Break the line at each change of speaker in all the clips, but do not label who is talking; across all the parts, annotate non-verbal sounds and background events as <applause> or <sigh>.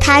他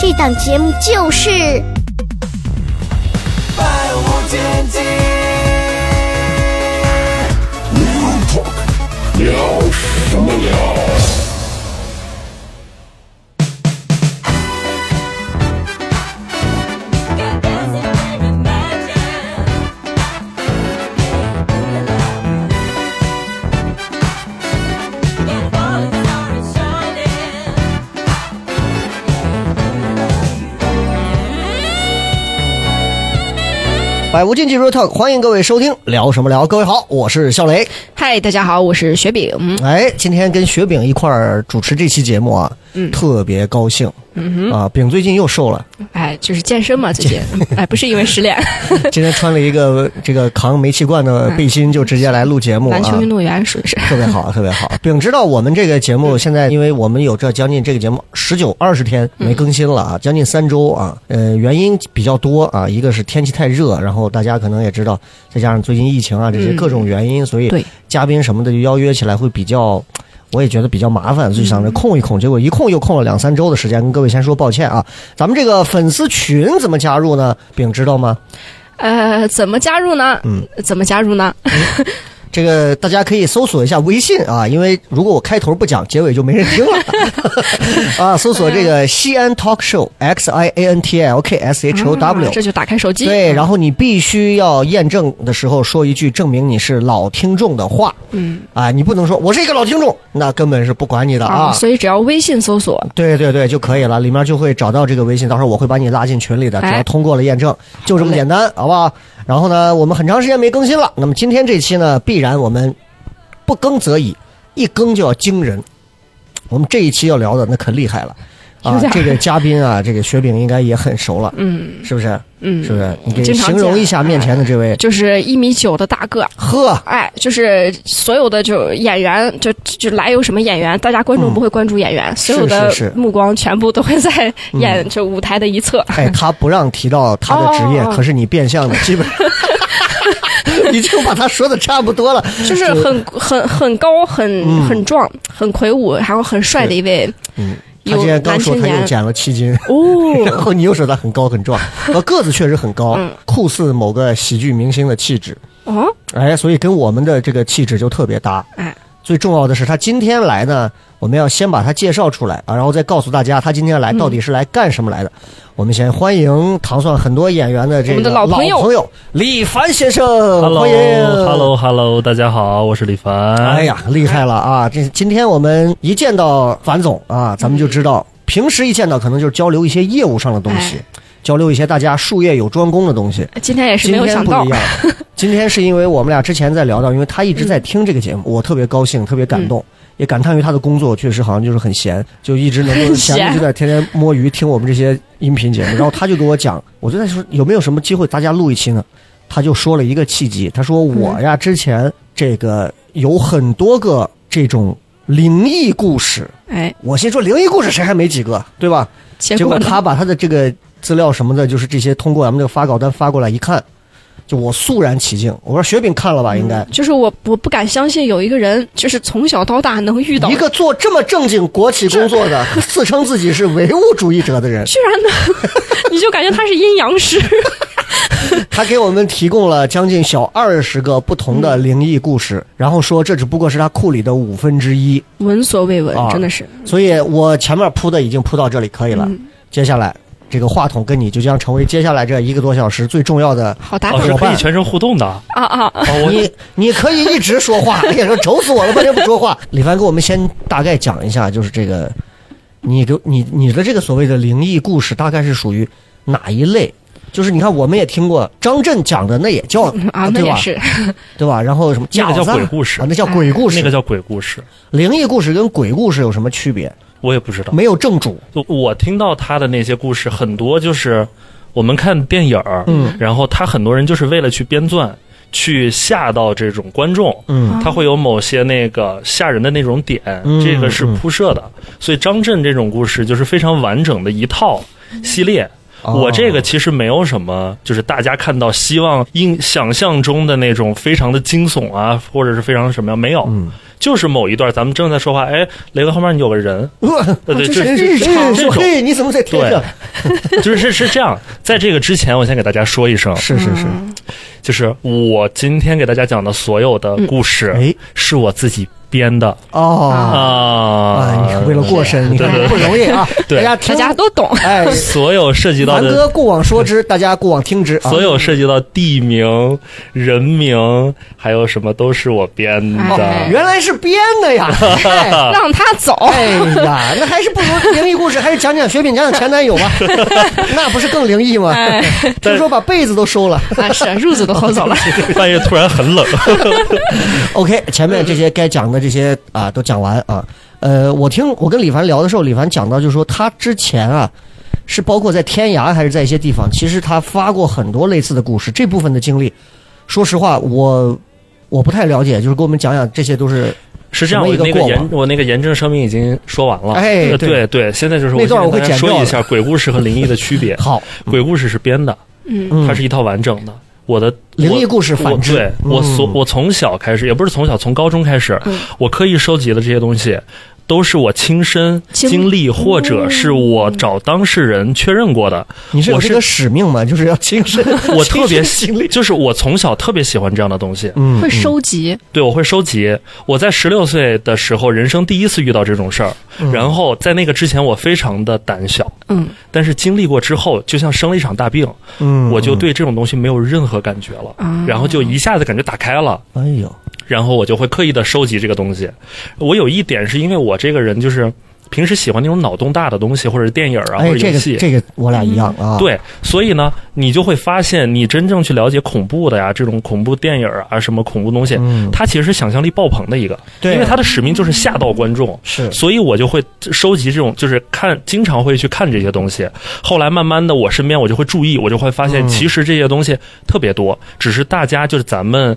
这档节目就是《
百无禁忌。
百无禁忌 Real Talk，欢迎各位收听，聊什么聊？各位好，我是笑雷。
嗨，大家好，我是雪饼。
哎，今天跟雪饼一块儿主持这期节目啊，
嗯
特别高兴。嗯、啊，饼最近又瘦了，
哎，就是健身嘛，最近哎，不是因为
<laughs>
失恋，
今天穿了一个这个扛煤气罐的背心，就直接来录节
<laughs>
目啊
篮。球运动员属于是。
特别好，特别好。饼知道我们这个节目现在，因为我们有这将近这个节目十九二十天没更新了啊，将近三周啊。呃，原因比较多啊，一个是天气太热，然后大家可能也知道，再加上最近疫情啊这些
嗯
各种原因，所以
对
嘉宾什么的就邀约起来会比较。我也觉得比较麻烦，所以
嗯
想着空一空，结果一空又空了两三周的时间，跟各位先说抱歉啊。咱们这个粉丝群怎么加入呢？饼知道吗？
呃，怎么加入呢？
嗯，
怎么加入呢？
这个大家可以搜索一下微信啊，因为如果我开头不讲，结尾就没人听了啊。搜索这个西安 talk show x i a n t l k s h o
啊
w，
这就打开手机。
对，然
后
后你必须要验证的时候说一句证明你是老听众的话，
嗯
啊，你不能说我是一个老听众，那根本是不管你的
啊，
啊。
所以只要微信搜索，
对对对，就可以了，里面就会找到这个微信，到时候我会把你拉进群里的，只
哎
要通过了验证，就这么简单，好不好？然后呢，我们很长时间没更新了，那么今天这期呢，必然我们不更则已，一更就要惊人。我们这一期要聊的那可厉害了
有
啊
点！儿
这个嘉宾啊，这个雪饼应该也很熟
<laughs>
了，
嗯
是不是？
嗯，
是不是？你给
经常
形容
见
一下面前的这
<laughs>
位，
就是一米九的大个儿。
呵，
哎，就是所有的就演员，就就来有什么演员，大家观众
嗯
不会关注演员，所
是
有的
是是
目光全部都会在
嗯
演就舞台的一侧。
哎，他不让提到他的职业，
哦哦哦
可是你变相的基本 <laughs> 已经把他说的差不多了，
就是很很很高、很很壮、很魁梧，然后很帅的一位
嗯，他
有
今天刚
男
说
青
他又
年
减了七斤， <laughs> 然
哦，
后你又说他很高很壮，呃，个子确实很高
嗯，
酷似某个喜剧明星的气质，
哦，
哎，所以跟我们的这个气质就特别搭。
哎，
最重要的是，他今天来呢，我们要先把他介绍出来啊，然后再告诉大家他今天来到
嗯
底是来干什么来的。我们先欢迎糖蒜很多演员的这
我们
个
的老朋友
朋友李凡先生
Hello
呃欢迎
Hello Hello，大家好，我是李凡。
哎，呀，厉害了啊！这今天我们一见到樊总啊，咱们就知道，平时一见到可能就是交流一些业务上的东西，交流一些大家术业有专攻的东西。
今天也是
今
没有
天
想
不
到
一，
<laughs>
样，今天是因为我们俩之前在聊到，因为他一直在听这个节目，
嗯
我特别高兴，特别感动。也感叹于他的工作确实好像就是很闲，就一直能够
很
闲
闲
着就在天天摸鱼听我们这些音频节目。然后他就跟我讲，我就在说有没有什么机会大家录一期呢？他就说了一个契机，他说我呀之前这个有很多个这种灵异故事，
哎，
我心说灵异故事谁还没几个，对吧？
结
结
果
果
呢
他把他的这个资料什么的，就是这些通过咱们这个发稿单发过来一看，就我肃然起敬。我说雪饼看了吧，应该、
就是我我不敢相信有一个人就是从小到大能遇到
一个做这么正经国企工作
<laughs>
的，自称自己是唯物主义者的人，
居然能，你就感觉他是阴阳师，
他给我们提供了将近小二十个不同的灵异故
嗯
事，然后说这只不过是他库里的五分之一。
闻所未闻
啊，
真的是
所以我前面铺的已经铺到这里可以
嗯
了，接下来这个话筒跟你就将成为接下来这一个多小时最重要的。
好打
哦，
板
是
伙
可
伴
以全程互动的啊！
啊啊！
我
哎 <laughs> 你你可以一直说话， <laughs> 哎呀，说愁死我了，半天不说话。李凡给我们先大概讲一下，就是这个，你给你你的这个所谓的灵异故事，大概是属于哪一类？就是你看，我们也听过张震讲的，那也叫
啊，那
对
也
吧？
是，
对吧？然后什么
那
饺
个
子
叫
啊
鬼故事嗯
啊，那叫鬼故事。
那个叫鬼故事，
灵异故事跟鬼故事有什么区别？
我也不知道。
没有正主，
就我听到他的那些故事，很多就是我们看电影儿，
嗯
然后他很多人就是为了去编撰，去吓到这种观众，
嗯
他会有某些那个吓人的那种点，
嗯
这个是铺设的。所以张震这种故事就是非常完整的一套系列。
哦
我这个其实没有什么，就是大家看到希望印想象中的那种非常的惊悚啊，或者是非常什么呀？没有，
嗯，
就是某一段咱们正在说话，哎，雷哥后面有个人，
<laughs> 哇
呃对
这
这
真
这
是
这
是
种
嘿，你怎么在天上？
就是是是
<laughs>
这样，在这个之前，我先给大家说一声，
是是是，
嗯就是我今天给大家讲的所有的故事，
哎
是我自己编的
哦啊，
啊。
你看为了过审，你
对
看
对
不容易啊，
对
大家
大
听，
家都懂。
哎，
所有涉及到
凡
的，
哥过往说之，大家过往听之啊。
所有涉及到地名、人名，还有什么都是我编
哎
哦，
的。
原来是编
<laughs>
的呀！哎
让他走，
哎呀，那还是不如灵异故事，还是讲讲雪饼，讲讲前男友
<laughs>
吧，那不是更灵异吗？听说把被子都收了。
啊，哎是褥
<laughs>
子都喝走了。
<laughs> 半夜突然很冷，
OK，前面这些该讲的这些啊都讲完啊。呃，我听我跟李凡聊的时候，李凡讲到就是说他之前啊。是包括在天涯还是在一些地方，其实他发过很多类似的故事。这部分的经历，说实话，我我不太了解，就是给我们讲讲，这些都是
是这样。
什么
我
一个
那个
过往
炎，我那个炎症声明已经说完了。
哎
呃
对
对对，现在就是我
那段
先
我会
跟大家
剪掉
说一
的
下鬼故事和灵异的区
<laughs>
别。
好，
鬼故事是编的，
嗯，
嗯
它是一套完整的。我的
灵异
我
故事反
我
制
对
嗯
我所我从小开始，也不是从小，从高中开始，我刻意收集的这些东西，都是我亲身
经
经历，或者是
嗯
我找当事人确认过
<laughs>
的。
你是有
我
这
是
个使命吗？就是要亲身，
我特别
亲身经历，
就是我从小特别喜欢这样的东西，
嗯，
会收集，
对我会收集。我在十六岁的时候，人生第一次遇到这种事儿，
嗯
然后在那个之前，我非常的胆小，
嗯，
但是经历过之后，就像生了一场大病，
嗯，
我就对这种东西没有任何感觉了，
啊
然后就一下子感觉打开了。
哎呦，
然后我就会刻意的收集这个东西。我有一点是因为我这个人就是平时喜欢那种脑洞大的东西，或者是电影啊，或
哎，
者
这
游
个
戏。
这个我俩一样啊，，
对，所以呢，你就会发现，你真正去了解恐怖的呀，这种恐怖电影啊，什么恐怖东西，
嗯
它其实是想象力爆棚的一个，
对
因为它的使命就是吓到观众。
是
所以我就会收集这种，就是看，经常会去看这些东西。后来慢慢的，我身边我就会注意，我就会发现，
嗯
其实这些东西特别多，只是大家就是咱们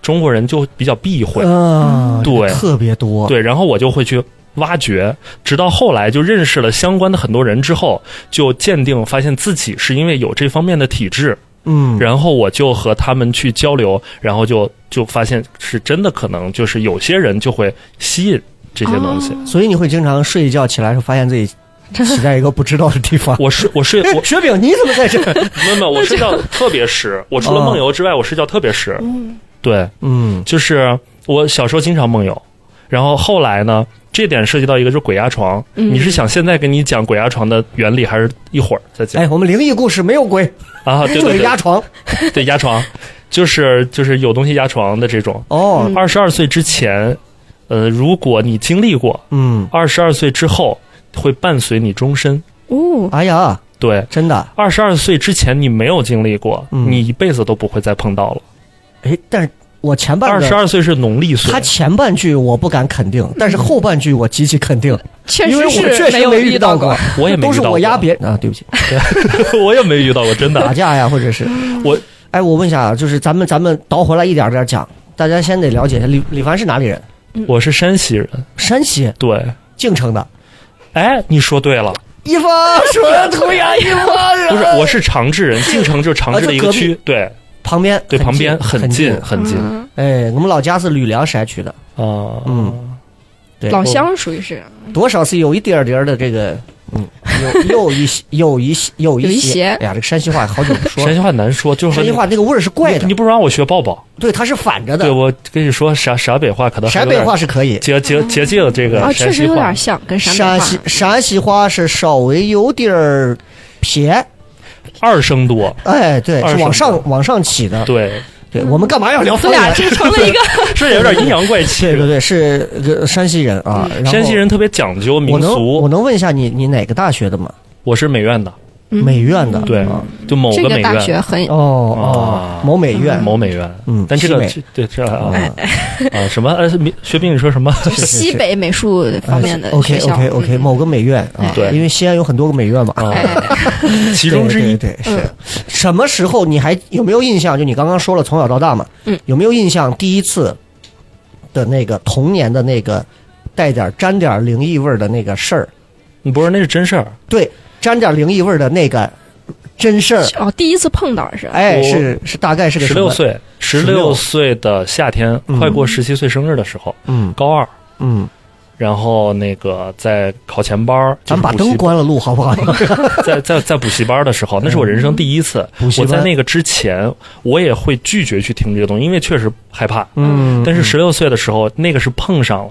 中国人就比较避讳，
啊，
对
特别多，
对，然后我就会去挖掘，直到后来就认识了相关的很多人之后，就鉴定发现自己是因为有这方面的体质，
嗯，
然后我就和他们去交流，然后就就发现是真的，可能就是有些人就会吸引这些东西。
所以你会经常睡一觉起来时候发现自己死在一个不知道的地方。
我睡我睡我
<laughs> 哎雪饼，你怎么在这？
<laughs> 没有没有，我睡觉特别
哦
实。我除了梦游之外，我睡觉特别实。对，
嗯
就是我小时候经常梦游，然后后来呢，这点涉及到一个就是鬼压床。
嗯
你是想现在给你讲鬼压床的原理，还是一会儿再讲、
哎，我们灵异故事没有鬼，
啊？对
哎就
对
是压
对，
床。
对压床，就是就是有东西压床的这种。
哦，
二十二岁之前，呃，如果你经历过，
嗯，
二十二岁之后会伴随你终身。
哦，
哎呀，
对，
真的，
二十二岁之前你没有经历过，
嗯
你一辈子都不会再碰到了。
哎，但是我前半
二
个
十。二岁是农历岁，嗯
他前半句我不敢肯定，但是后半句我极其肯定，
确
因为
实
我确
是
实
有
没
遇
到
过。，
我也没遇到过
都是我压别人啊，
<laughs>
对不起，
<laughs> 我也没遇到过，真
打 <laughs>
的。
架呀，或者是
我，
哎，我问一下啊，就是咱们咱们倒回来一点点讲，大家先得了解一下李李凡是哪里人，
我是山西人，
山西
对。
晋城的，
哎，你说对了，
一方水 <laughs> 土
<laughs>
养一方人，
不是，我是长治人，晋城就是长治的一个
啊
区，对
旁边
对，旁边
很
很近很近
嗯
哎，我们老家是吕梁山区的，
啊，
嗯，对，
老乡属于是
我多少是有一点儿点儿的这个，嗯，有有一些 <laughs> 有一些有
有
一
一些
哎呀，这个山西话好久不说
山
了，
西话难 <laughs> 说，就是
山
和
西话那个味儿是怪
你
的
你，不让我学抱抱，
对，它是反着
对
的，
我跟你说陕陕北话可能还
陕
有
北
点
话是可以。
接接接近这个
啊，确
山
实
西
有
话
点，像跟
陕
陕
西
北
陕西话是稍微有点儿撇，
二声多，
哎，对，
二
是
声
往上
多
往上起的。
对，
对，我们干
啊
嘛要聊
话。
方
咱俩
言？
这成了
<laughs>
一个，
这有点阴阳怪气
<laughs> 对。对对，是呃山西人啊，然后
山西人特别讲究
我
民
能我
俗，
能问一下你你哪个大学的吗？
我是美院的，
嗯
美院的，
对
啊
就某
这
个
个
美
大学
院，
很
哦哦，某美院，
某美院，
嗯
但这个
西
对这啊
啊
哎
啊什么呃，明学兵你说什么？
西北美术方面的
哎
学
OK
校。嗯
OK OK，某
嗯
个美院啊，
对
因为西安有很多个美院嘛，
啊，
哎，
<laughs> 其中之一，
对对对
嗯
是。什么时候你还有没有印象？就你刚刚说了从小到大嘛，
嗯，
有没有印象第一次的那个童年的那个带点沾点灵异味儿的那个事儿？
不是那是真事儿。
对，沾点灵异味儿的那个真事儿，
哦，第一次碰到是吧？
哎，
我
是是大概是个
十
什么
六，岁，十
16
六岁的夏天，
嗯
快过十七岁生日的时候，
嗯
高二，
嗯，
然后那个在考前班儿，
咱
就是
把
补习
灯关了录好不好？
在在在补习班的时候，那是我人生第一次
嗯补。习
我
班
在那个之前，我也会拒绝去听这个东西，因为确实害怕。
嗯，
但是十六岁的时候，那个是碰上了，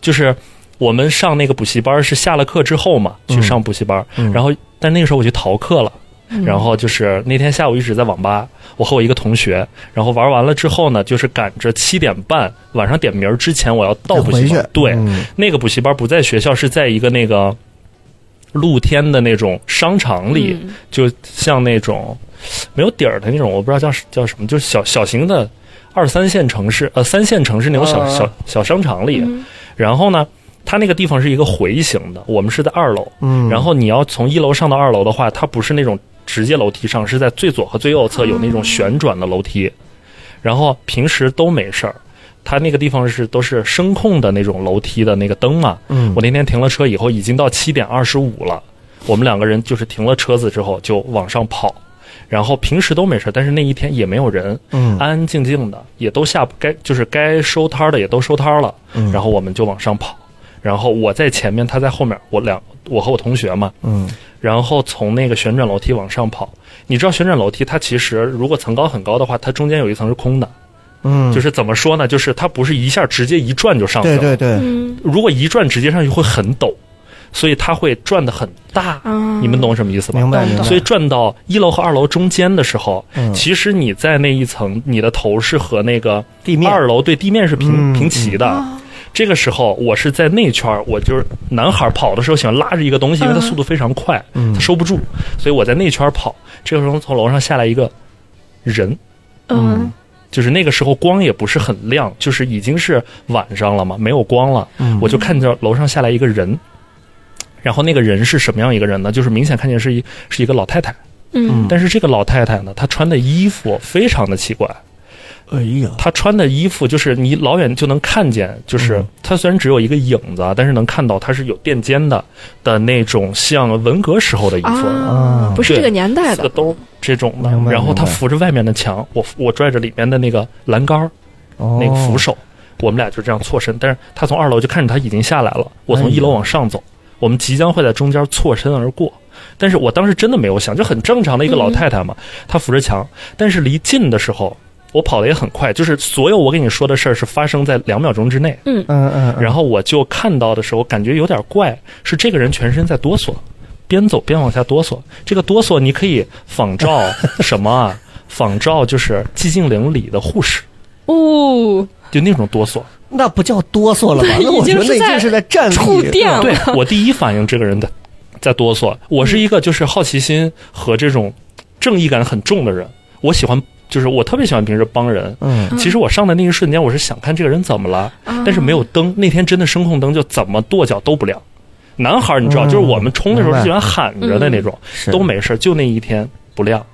就是我们上那个补习班是下了课之后嘛，
嗯
去上补习班。
嗯
然后，但那个时候我去逃课了。
嗯
然后就是那天下午一直在网吧，我和我一个同学，然后玩完了之后呢，就是赶着七点半晚上点名儿之前，我要到
再
补
回
习
去
班。对，
嗯
那个补习班不在学校，是在一个那个露天的那种商场里，
嗯
嗯
就像那种没有底儿的那种，我不知道叫叫什么，就是小小型的二三线城市呃三线城市那种小、
啊
小小商场里。
嗯
然后呢，它那个地方是一个回形的，我们是在二楼，
嗯，
然后你要从一楼上到二楼的话，它不是那种直接楼梯上，是在最左和最右侧有那种旋转的楼梯。然后平时都没事儿，它那个地方是都是声控的那种楼梯的那个灯啊嘛。
嗯
我那天停了车以后，已经到七点二十五了，我们两个人就是停了车子之后就往上跑。然后平时都没事儿，但是那一天也没有人，
嗯
安安静静的，也都下该就是该收摊儿的也都收摊儿了，
嗯
然后我们就往上跑，然后我在前面，他在后面，我两我和我同学嘛，
嗯
然后从那个旋转楼梯往上跑。你知道旋转楼梯它其实如果层高很高的话，它中间有一层是空的，
嗯，
就是怎么说呢？就是它不是一下直接一转就上去
对
了，
对对，
嗯
如果一转直接上去会很陡，所以它会转的很大。
啊，
你们懂我什么意思吗？
嗯明白
懂
明白。
所以转到一楼和二楼中间的时候，
嗯
其实你在那一层，你的头是和那个
地面
二楼对地面是平、
嗯
平齐的。这个时候，我是在那圈儿，我就是男孩跑的时候喜欢拉着一个东西，因为它速度非常快，
嗯
他收不住，所以我在那圈儿跑。这个时候从楼上下来一个人，
嗯
就是那个时候光也不是很亮，就是已经是晚上了嘛，没有光了。
嗯
我就看着楼上下来一个人，然后那个人是什么样一个人呢？就是明显看见是一是一个老太太，
嗯
但是这个老太太呢，她穿的衣服非常的奇怪，
哎呀，
她穿的衣服就是你老远就能看见，就是
嗯
她虽然只有一个影子，啊，但是能看到她是有垫肩的的那种像文革时候的衣服。
啊，不是这个年代
四个
的，
兜儿这种的
明，白
然后她
明白
扶着外面的墙，我我拽着里面的那个栏杆儿，
哦
那个扶手，我们俩就这样错身。但是他从二楼就看着他已经下来了，我从一
哎
楼往上走，我们即将会在中间错身而过。但是我当时真的没有想，就很正常的一
嗯
个老太太嘛，她扶着墙，但是离近的时候，我跑的也很快，就是所有我跟你说的事儿是发生在两秒钟之内。
嗯嗯，嗯
然后我就看到的时候，感觉有点怪，是这个人全身在哆嗦，边走边往下哆嗦。这个哆嗦你可以仿
<laughs>
照什么啊？仿照就是《寂静岭》里的护士，
哦，
就那种哆嗦。
那不叫哆嗦了吧？那我觉得那已经是在站立
触电了，
对 <laughs> 我第一反应，这个人在在哆嗦。我是一个就是好奇心和这种正义感很重的人，我喜欢就是我特别喜欢平时帮人。
嗯
其实我上的那一瞬间，我是想看这个人怎么了，
嗯
但是没有灯。那天真的声控灯，就怎么跺脚都不亮。男孩儿你知道，
嗯
就是我们冲的时候
明白
是喜欢喊着的那种，都没事儿，就那一天不亮。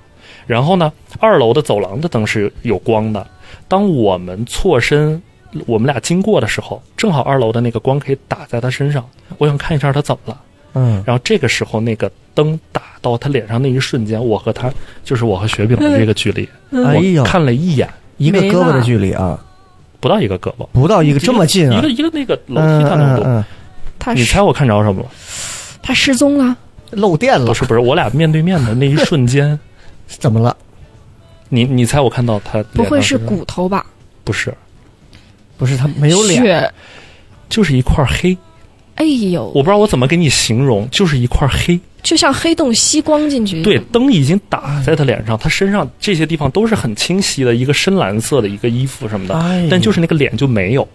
然后呢，二楼的走廊的灯是有光的。当我们错身，我们俩经过的时候，正好二楼的那个光可以打在他身上。我想看一下他怎么了。
嗯
然后这个时候，那个灯打到他脸上那一瞬间，我和他就是我和雪饼的这个距离，
嗯，哎
我
呦，
看了一眼，
一个
没
胳膊的
了
距离啊，
不到一个胳膊，
不到一个
一个
这么近
一
啊
个，一个那个楼
嗯
梯他那
嗯
么多。
嗯，
他
你猜我看着什么了？
他失踪了，
漏电
不
了，
是不是，我俩面对面的那一瞬
<laughs>
间，
怎么了？
你你猜我看到他脸
不
上
会是
什么
骨头吧？
不是，
不是他没有脸，
血，
就是一块黑。
哎呦，
我不知道我怎么给你形容，就是一块黑。
就像黑洞吸光进
嗯
去，
对，，灯已经打在他脸上，他身上这些地方都是很清晰的，一个深蓝色的一个衣服什么的，
哎呀
但就是那个脸就没有，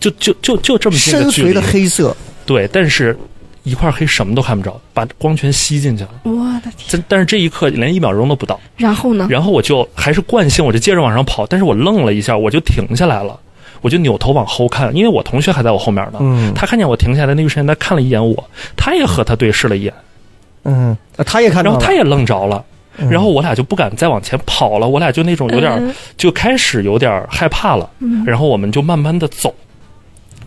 就就就就这么近
深
的距
邃
离啊
的。黑色，
对，但是一块黑什么都看不着，把光全吸进去了。
我的天！
但但是这一刻连一秒钟都不到，
然后
啊
呢？
然后我就还是惯性，我就接着往上跑，但是我愣了一下，我就停下来了，我就扭头往后看，因为我同学还在我后面呢。
嗯
他看见我停下来那个瞬间，他看了一眼我，他也和他对视了一眼，
嗯，啊他也看
然
到
后
了，
他也愣着了，
嗯
然后我俩就不敢再往前跑了，我俩就那种有点
嗯
就开始有点害怕了，
嗯
然后我们就慢慢的走，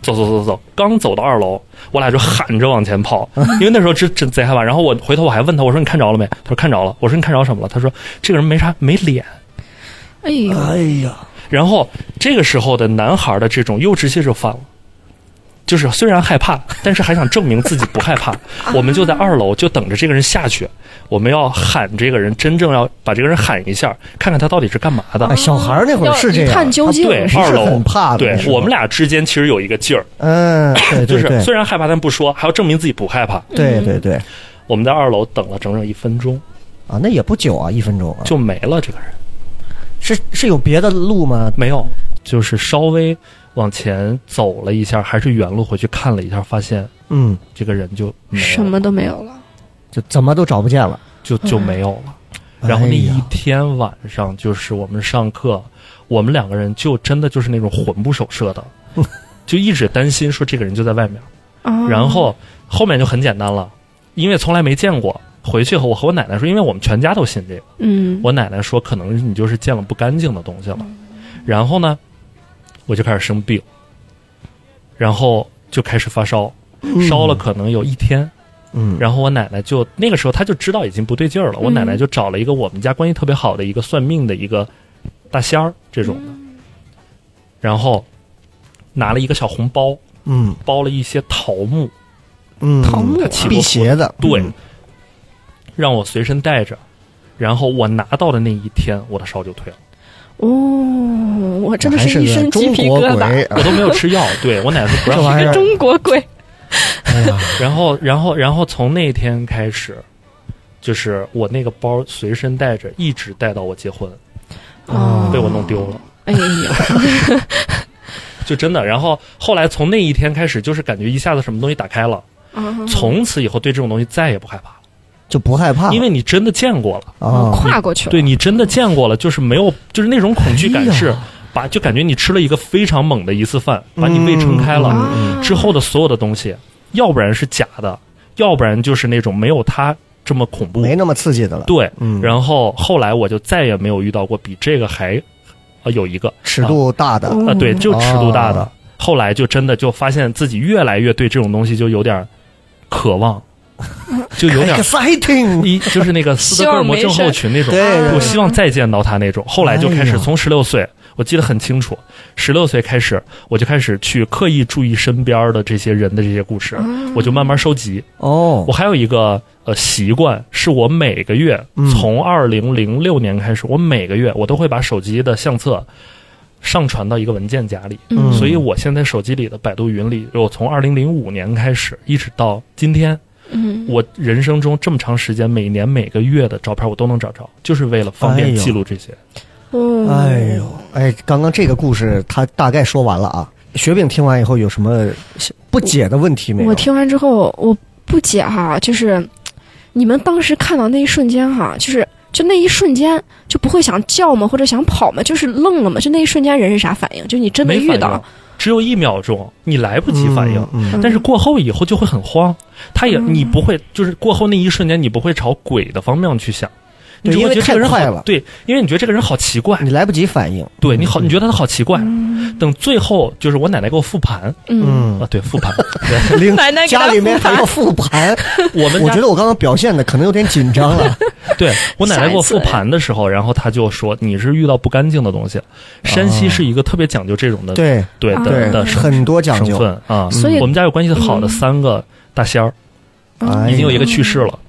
走走走走，刚走到二楼，我俩就喊着往前跑，
嗯
因为那时候真真贼害怕。然后我回头我还问他，我说你看着了没？他说看着了。我说你看着什么了？他说这个人没啥没脸。
哎呦，
哎呀，
然后这个时候的男孩的这种幼稚期就犯了。就是虽然害怕，但是还想证明自己不害
<laughs>
怕。我们就在二楼就等着这个人下去，我们要喊这个人，真正要把这个人喊一下，看看他到底是干嘛的。
哎小孩儿那会儿
啊要
是这
一
样，
探究竟，
啊对
是
二楼
很怕的，
对
是吧
我们，俩之间其实有一个劲儿，
嗯，对
就
对
是
对，
虽然嗯害怕但不说，还要证明自己不害怕。
对对对，
我们在二楼等了整整一分钟，
啊，那也不久啊，一分钟啊，
就没了这个人，
是是有别的路吗？
没有，就是稍微往前走了一下，还是原路回去看了一下，发现
嗯，
这个人就没有了
什么都没有了。
就怎么都找不见了。
就就没有了。然后那
哎
一
呀
天晚上，就是我们上课，我们两个人就真的就是那种魂不守舍
<laughs>
的，就一直担心说这个人就在外面。
啊
然后后面就很简单了，因为从来没见过。回去和我和我奶奶说，因为我们全家都信这个。
嗯，
我奶奶说，可能你就是见了不干净的东西了。然后呢，我就开始生病，然后就开始发烧，烧了可能有一天。
嗯，
然后我奶奶就那个时候她就知道已经不对劲儿了，我
嗯
奶奶就找了一个我们家关系特别好的一个算命的一个大仙儿这种的，
嗯
然后拿了一个小红包，
嗯
包了一些桃木，
嗯，
桃木啊
辟邪的，
对
嗯，
让我随身带着。然后我拿到的那一天，我的烧就退了，
哦，我真的
还
是一
个
身鸡
中
皮
国
疙
鬼
瘩，
我
<laughs>
啊，
都没有吃药。
<laughs>
对我奶奶说不
这
让
玩意儿，
中国鬼。
哎呀，
然后，然后，然后从那天开始，就是我那个包随身带着，一直带到我结婚，
嗯
哦
被我弄丢了，
哎呀，
就真的。然后后来从那一天开始，就是感觉一下子什么东西打开了， <laughs>
嗯
啊
从此以后对这种东西再也不害怕了，
<laughs> 就不害怕了，
因为你真的见过了，
啊，
哦跨过去了。
对你真的见过了，就是没有，就是那种恐惧感
哎
是
呀
把，就感觉你吃了一个非常猛的一次饭，
嗯
把你胃撑开了。嗯
啊
之后的所有的东西，要不然是假的，要不然就是那种没有它这么恐怖。
嗯没那么刺激的了，
对，
嗯
然后后来我就再也没有遇到过比这个还啊、有一个啊、
尺度大的，
哦
呃对，就尺度大的。
哦
后来就真的就发现自己越来越对这种东西就有点渴
<laughs>
望，就有点 <laughs>
exciting，
一就是那个斯德哥尔摩症候群那种，
对对
我希望再见到他那种。后来就开
哎呀
始从十六岁，我记得很清楚，十六岁开始我就开始去刻意注意身边的这些人的这些故事，
嗯
我就慢慢收集。
哦
我，还有一个呃习惯，是我每个月
嗯
从二零零六年开始，我每个月我都会把手机的相册上传到一个文件夹里，
嗯
所以我现在手机里的百度云里，我从二零零五年开始一直到今天，
嗯，
我人生中这么长时间，每年每个月的照片我都能找着，就是为了方
哎
便
呦
记录这些。
嗯
哎呦，哎，刚刚这个故事他大概说完了啊。雪饼听完以后有什么不解的问题没有？
我听完之后，我不解哈，就是你们当时看到那一瞬间哈，就是就那一瞬间就不会想叫吗，或者想跑吗？就是愣了吗？就那一瞬间人是啥反应？就你真
没
遇
反应
到，，
只有一秒钟，你来不及反应。
嗯，
嗯
但是过后以后就会很慌，他也
嗯
你不会就是过后那一瞬间你不会朝鬼的方面去想，你
对
只
因
会觉
为
得这个人
太快
好
了
对，因为你觉得这个人好奇怪
嗯，你来不及反应。
对你好，你觉得他好奇怪。
嗯
等最后就是我奶奶给我复盘
嗯，
啊，对复
<laughs>
盘，
<laughs>
零
奶奶给他
嗯家里面
复盘
还要复
<laughs>
盘，
我们
我
家
觉得我刚刚表现的可能有点紧张了。
对我奶奶给我复
下一次
盘的时候，然后她就说你是遇到不干净的东西了。山西是一个特别讲究这种的，
对
对
啊
的的省
很多讲
省
究。
份啊。
嗯所以
我们家有关系好的
嗯
三个大仙儿，
啊
哎
已经有一个去
世，
世了，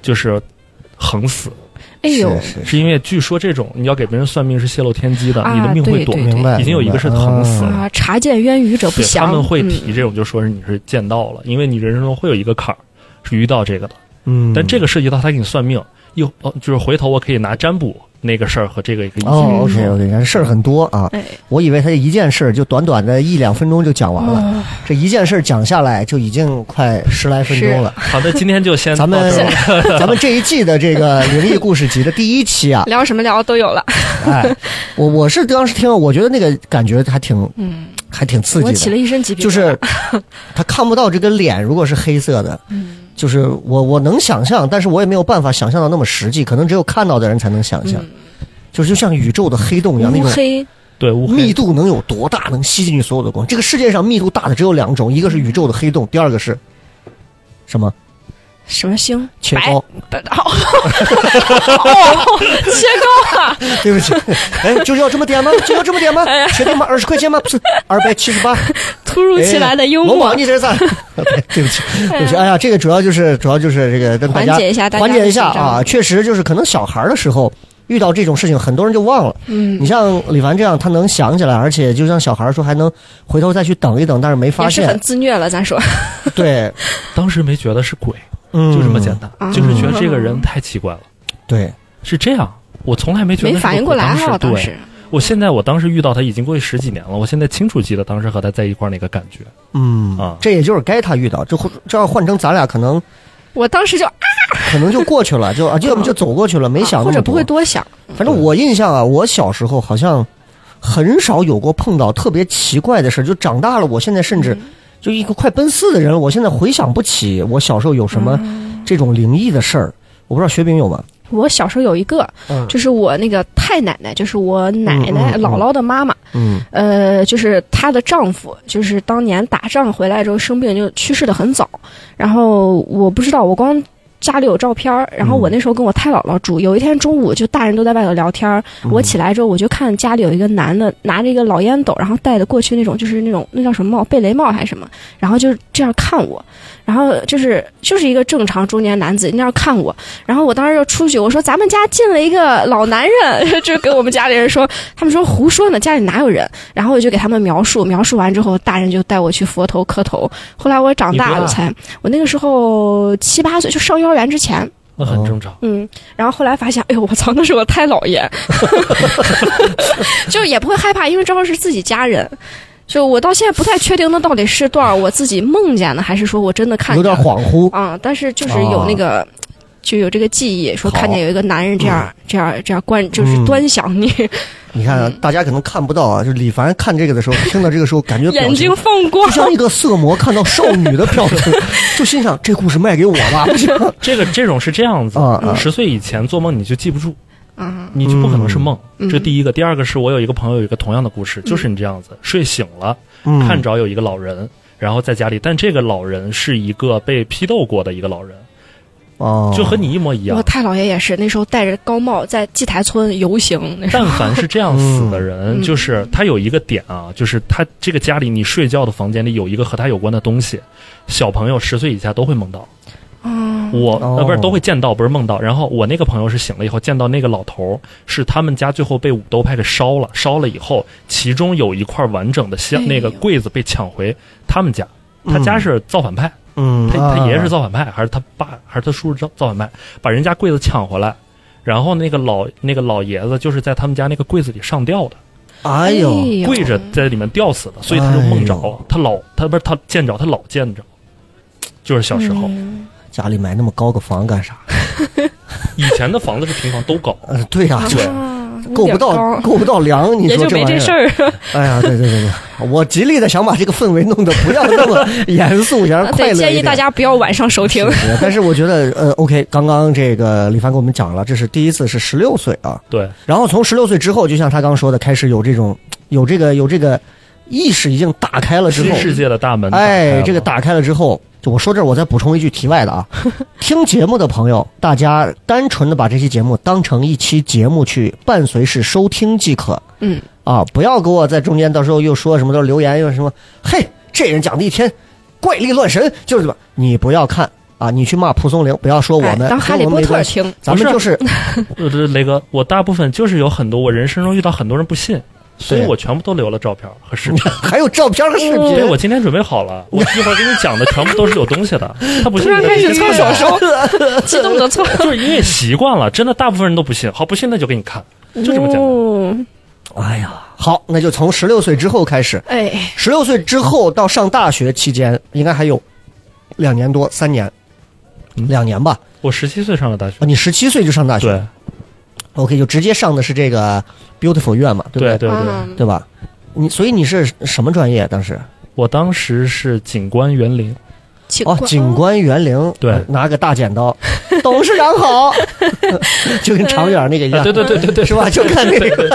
就是横死。
哎呦，
是是
是因为据说这种你要给别人算命是泄露天机的，
啊
你的命会
对
短。
明白，
已经有一个是
明白
疼死了
啊
啊，查见渊鱼者不
对，他
详，
们会
嗯
提这种，就说是你是见到了，因为你人生中会有一个坎儿是遇到这个的，
嗯，
但这个涉及到他给你算命，一哦就是回头我可以拿占卜那个事儿和这个一个一起
嗯
哦，OK OK，事儿很多啊。
哎，
我以为他一件事儿就短短的一两分钟就讲完
嗯
了，
哦
这一件事儿讲下来就已经快十来分钟了。
好的，今天就先
咱
到
们
这儿
<laughs> 咱们这一季的这个灵异故事集的第一期
<laughs>
啊，
聊什么聊都有了。
哎，我我是当时听了，我觉得那个感觉还挺
嗯，
还挺刺
我起
激
了
的，
一身疾病，
就是他看不到这个脸，如果是黑色的，
嗯
就是我我能想象，但是我也没有办法想象到那么实际，可能只有看到的人才能想象，就是就像宇宙的黑洞一样那
嗯乌
种。
黑，
对乌黑
密度能有多大？能吸进去所有的光？这个世界上密度大的只有两种，一个是宇宙的黑洞，第二个是什么？
什么星？
切
白
糕。
白哦，哦 <laughs> 切糕啊！
<laughs> 对不起，哎，就要这么
<laughs>
点吗？就要这么点
哎
吗？确定吗？二十块钱吗？不是，二百七十八。
突如其来的幽
哎龙
默
王，你这是
<laughs>
咋？对不起，对不起，哎呀，这个主要就是主要就是这个跟大家
缓解一下大家
缓解一下
的紧张
啊，确实就是可能小孩儿的时候。遇到这种事情，很多人就忘了。嗯，你像李凡这样，他能想起来，而且就像小孩儿说，还能回头再去等一等，但是没发
也是很
现。
自虐了。咱说，
<laughs>
<laughs>
对，
当时没觉得是鬼，
嗯，
就这么简单，
啊
就是觉得这个人太奇怪了，
对，
是这样。我从来没觉得是
没
个
反应
鬼
过来
当时
啊，当
对
时。
我现在我当时遇到他已经过去十几年了，我现在清楚记得当时和他在一块儿那个感觉。
嗯
啊
这也就是该他遇到，这会这要换成咱俩，可能
我当时就啊
可能就过去了，就啊，就要么就走过去了，没想
或
那
者
么
不会。多想，
反正我印象啊，我小时候好像很少有过碰到特别奇怪的事，就长大了，我现在
嗯
甚至就一个快奔四的人了，我现在回想不起我小时候有什么这种灵异的事儿。我不知道雪饼有吗？
嗯我小时候有一个，
嗯
就是我那个太奶奶，就是我奶
嗯嗯
奶
嗯
姥姥的妈妈，
嗯
呃，就是她的丈夫，就是当年打仗回来之后生病就去世的很早，然后我不知道，我光。家里有照片儿然后我那时候跟我太姥姥住。有一天中午，就大人都在外头聊天儿
嗯
我起来之后，我就看家里有一个男的拿着一个老烟斗，然后戴的过去那种，就是那种那叫什么帽，贝雷帽还是什么，然后就这样看我，然后就是就是一个正常中年男子那样看我，然后我当时就出去，我说咱们家进了一个老男人， <laughs> 就跟我们家里人说，他们说胡说呢，家里哪有人？然后我就给他们描述，描述完之后，大人就带我去佛头磕头。后来我长大
你多
了
大
才，我那个时候七八岁，就上幼儿园之前，
那很正常，
嗯，然后后来发现，哎呦，我操，那是我太姥爷，就也不会害怕，因为正好是自己家人。就我到现在不太确定那到底是段儿我自己梦见的，还是说我真的看
有
见
点哦
了
恍惚。
啊、但是就是有那个。就有这个记忆，说
好
看见有一个男人这样、这样这样观，就是
嗯
端详你，
你看啊，大家可能看不到啊，就李凡看这个的时候，听到这个时候，感觉表
眼
情
睛放光
就，像一个色魔看到少女的表
<laughs>
情，就心想这故事卖给我吧，不行
哦这个这种是这样子
啊啊。
十岁以前做梦你就记不住，
啊，
你就不可能是梦，
嗯
这第一个。第二个是我有一个朋友有一个同样的故事，就是你这样子，睡醒了
嗯
看着有一个老人，然后在家里，但这个老人是一个被批斗过的一个老人，
哦，
就和你一模一样
我。太姥爷也是，那时候戴着高帽在祭台村游行， <laughs> 那时候
但凡是这样死的人，
嗯
就是他有一个点啊，就是他这个家里你睡觉的房间里有一个和他有关的东西，小朋友十岁以下都会梦到。
啊，
我、呃
哦
不是都会见到，不是梦到。然后我那个朋友是醒了以后见到那个老头儿，是他们家最后被武斗派给烧了，烧了以后，其中有一块完整的箱、
哎呦
那个柜子被抢回他们家。他家是造反派，
嗯，
他
啊
他爷是造反派，还是他爸还是他叔是造造反派，把人家柜子抢回来，然后那个老那个老爷子就是在他们家那个柜子里上吊的。
哎呦，
跪着
嗯
在里面吊死的，所以他就
哎
梦着了，他老他不是他见着他老见着，就是小时候、
嗯
家里买那么高个房干啥？
以前的房子是平房都高，
呃，对呀、
对
啊
够不
有点
到
高
够不到粮，你
也
说
就没
玩意
这事
儿？
儿，
哎呀，对对对对，我极力的想把这个氛围弄得不要那
<laughs>
么严肃，想让快
啊对，
乐一点。
建议大家不要晚上收听
是。是但是我觉得，呃，OK，刚刚这个李凡跟我们讲了，这是第一次是十六岁啊，
对，
然后从十六岁之后，就像他刚说的，开始有这种有这个有这个意识已经打开了之
新
后，
世界的大门打开了，
哎，这个打开了之后，就我说这儿，我再补充一句题外
<laughs>
的啊，听节目的朋友，大家单纯的把这期节目当成一期节目去伴随式收听即可。
嗯，
啊，不要给我在中间到时候又说什么都留言又什么，嘿，这人讲的一天怪力乱神，就是吧？你不要看啊，你去骂蒲松龄，不要说我
哎
们，
当哈利
跟我们
波
没
特
关系
听，
咱们
不
就是
呃这雷哥，我大部分就是有很多我人生中遇到很多人不信，所以我全部都留了照片和视频。
<laughs> 还有照片和视频。
哦
对，我今天准备好了，我一会儿给你讲的全部都是有东西的。他不信，
突然
哎
开始
操
搓手手， <laughs> 激动的搓。
<laughs> 就是因为习惯了，真的大部分人都不信。好，不信那就给你看，就这么简单。
哦，
<laughs> 哎呀，好，那就从十六岁之后开始，
哎，
十六岁之后到上大学期间，应该还有两年多、三年，
嗯
两年吧。
我十七岁上的大学
啊，，你十七岁就上大学，
对
OK，就直接上的是这个 Beautiful 院嘛，对不
对对
对？
对，
啊
对吧？你所以你是什么专业？啊当时
我当时是景观园林，
请
哦，景观园林，
对
呃拿个大剪刀，董事长好， <laughs> 就跟长远那个一样，
啊对对对对对，
哎 <laughs> 是吧？就看那个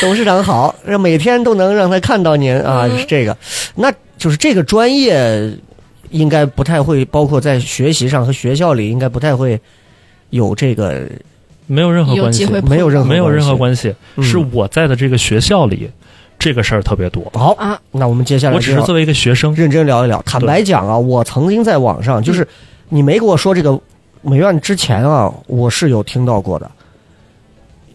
董事长好，让每天都能让他看到您
嗯
啊，是这个，那就是这个专业应该不太会，包括在学习上和学校里应该不太会有这个
没有任何
有
关
机
系，
会
没有任何
没有任何
系。
关系，
嗯
是我在的这个学校里，这个事儿特别多。
好，
啊，
那我们接下来
我只是
就要
作为一个学生，
认真聊一聊。坦白讲啊，我曾经在网上，
嗯
就是你没跟我说这个美院之前啊，我是有听到过的，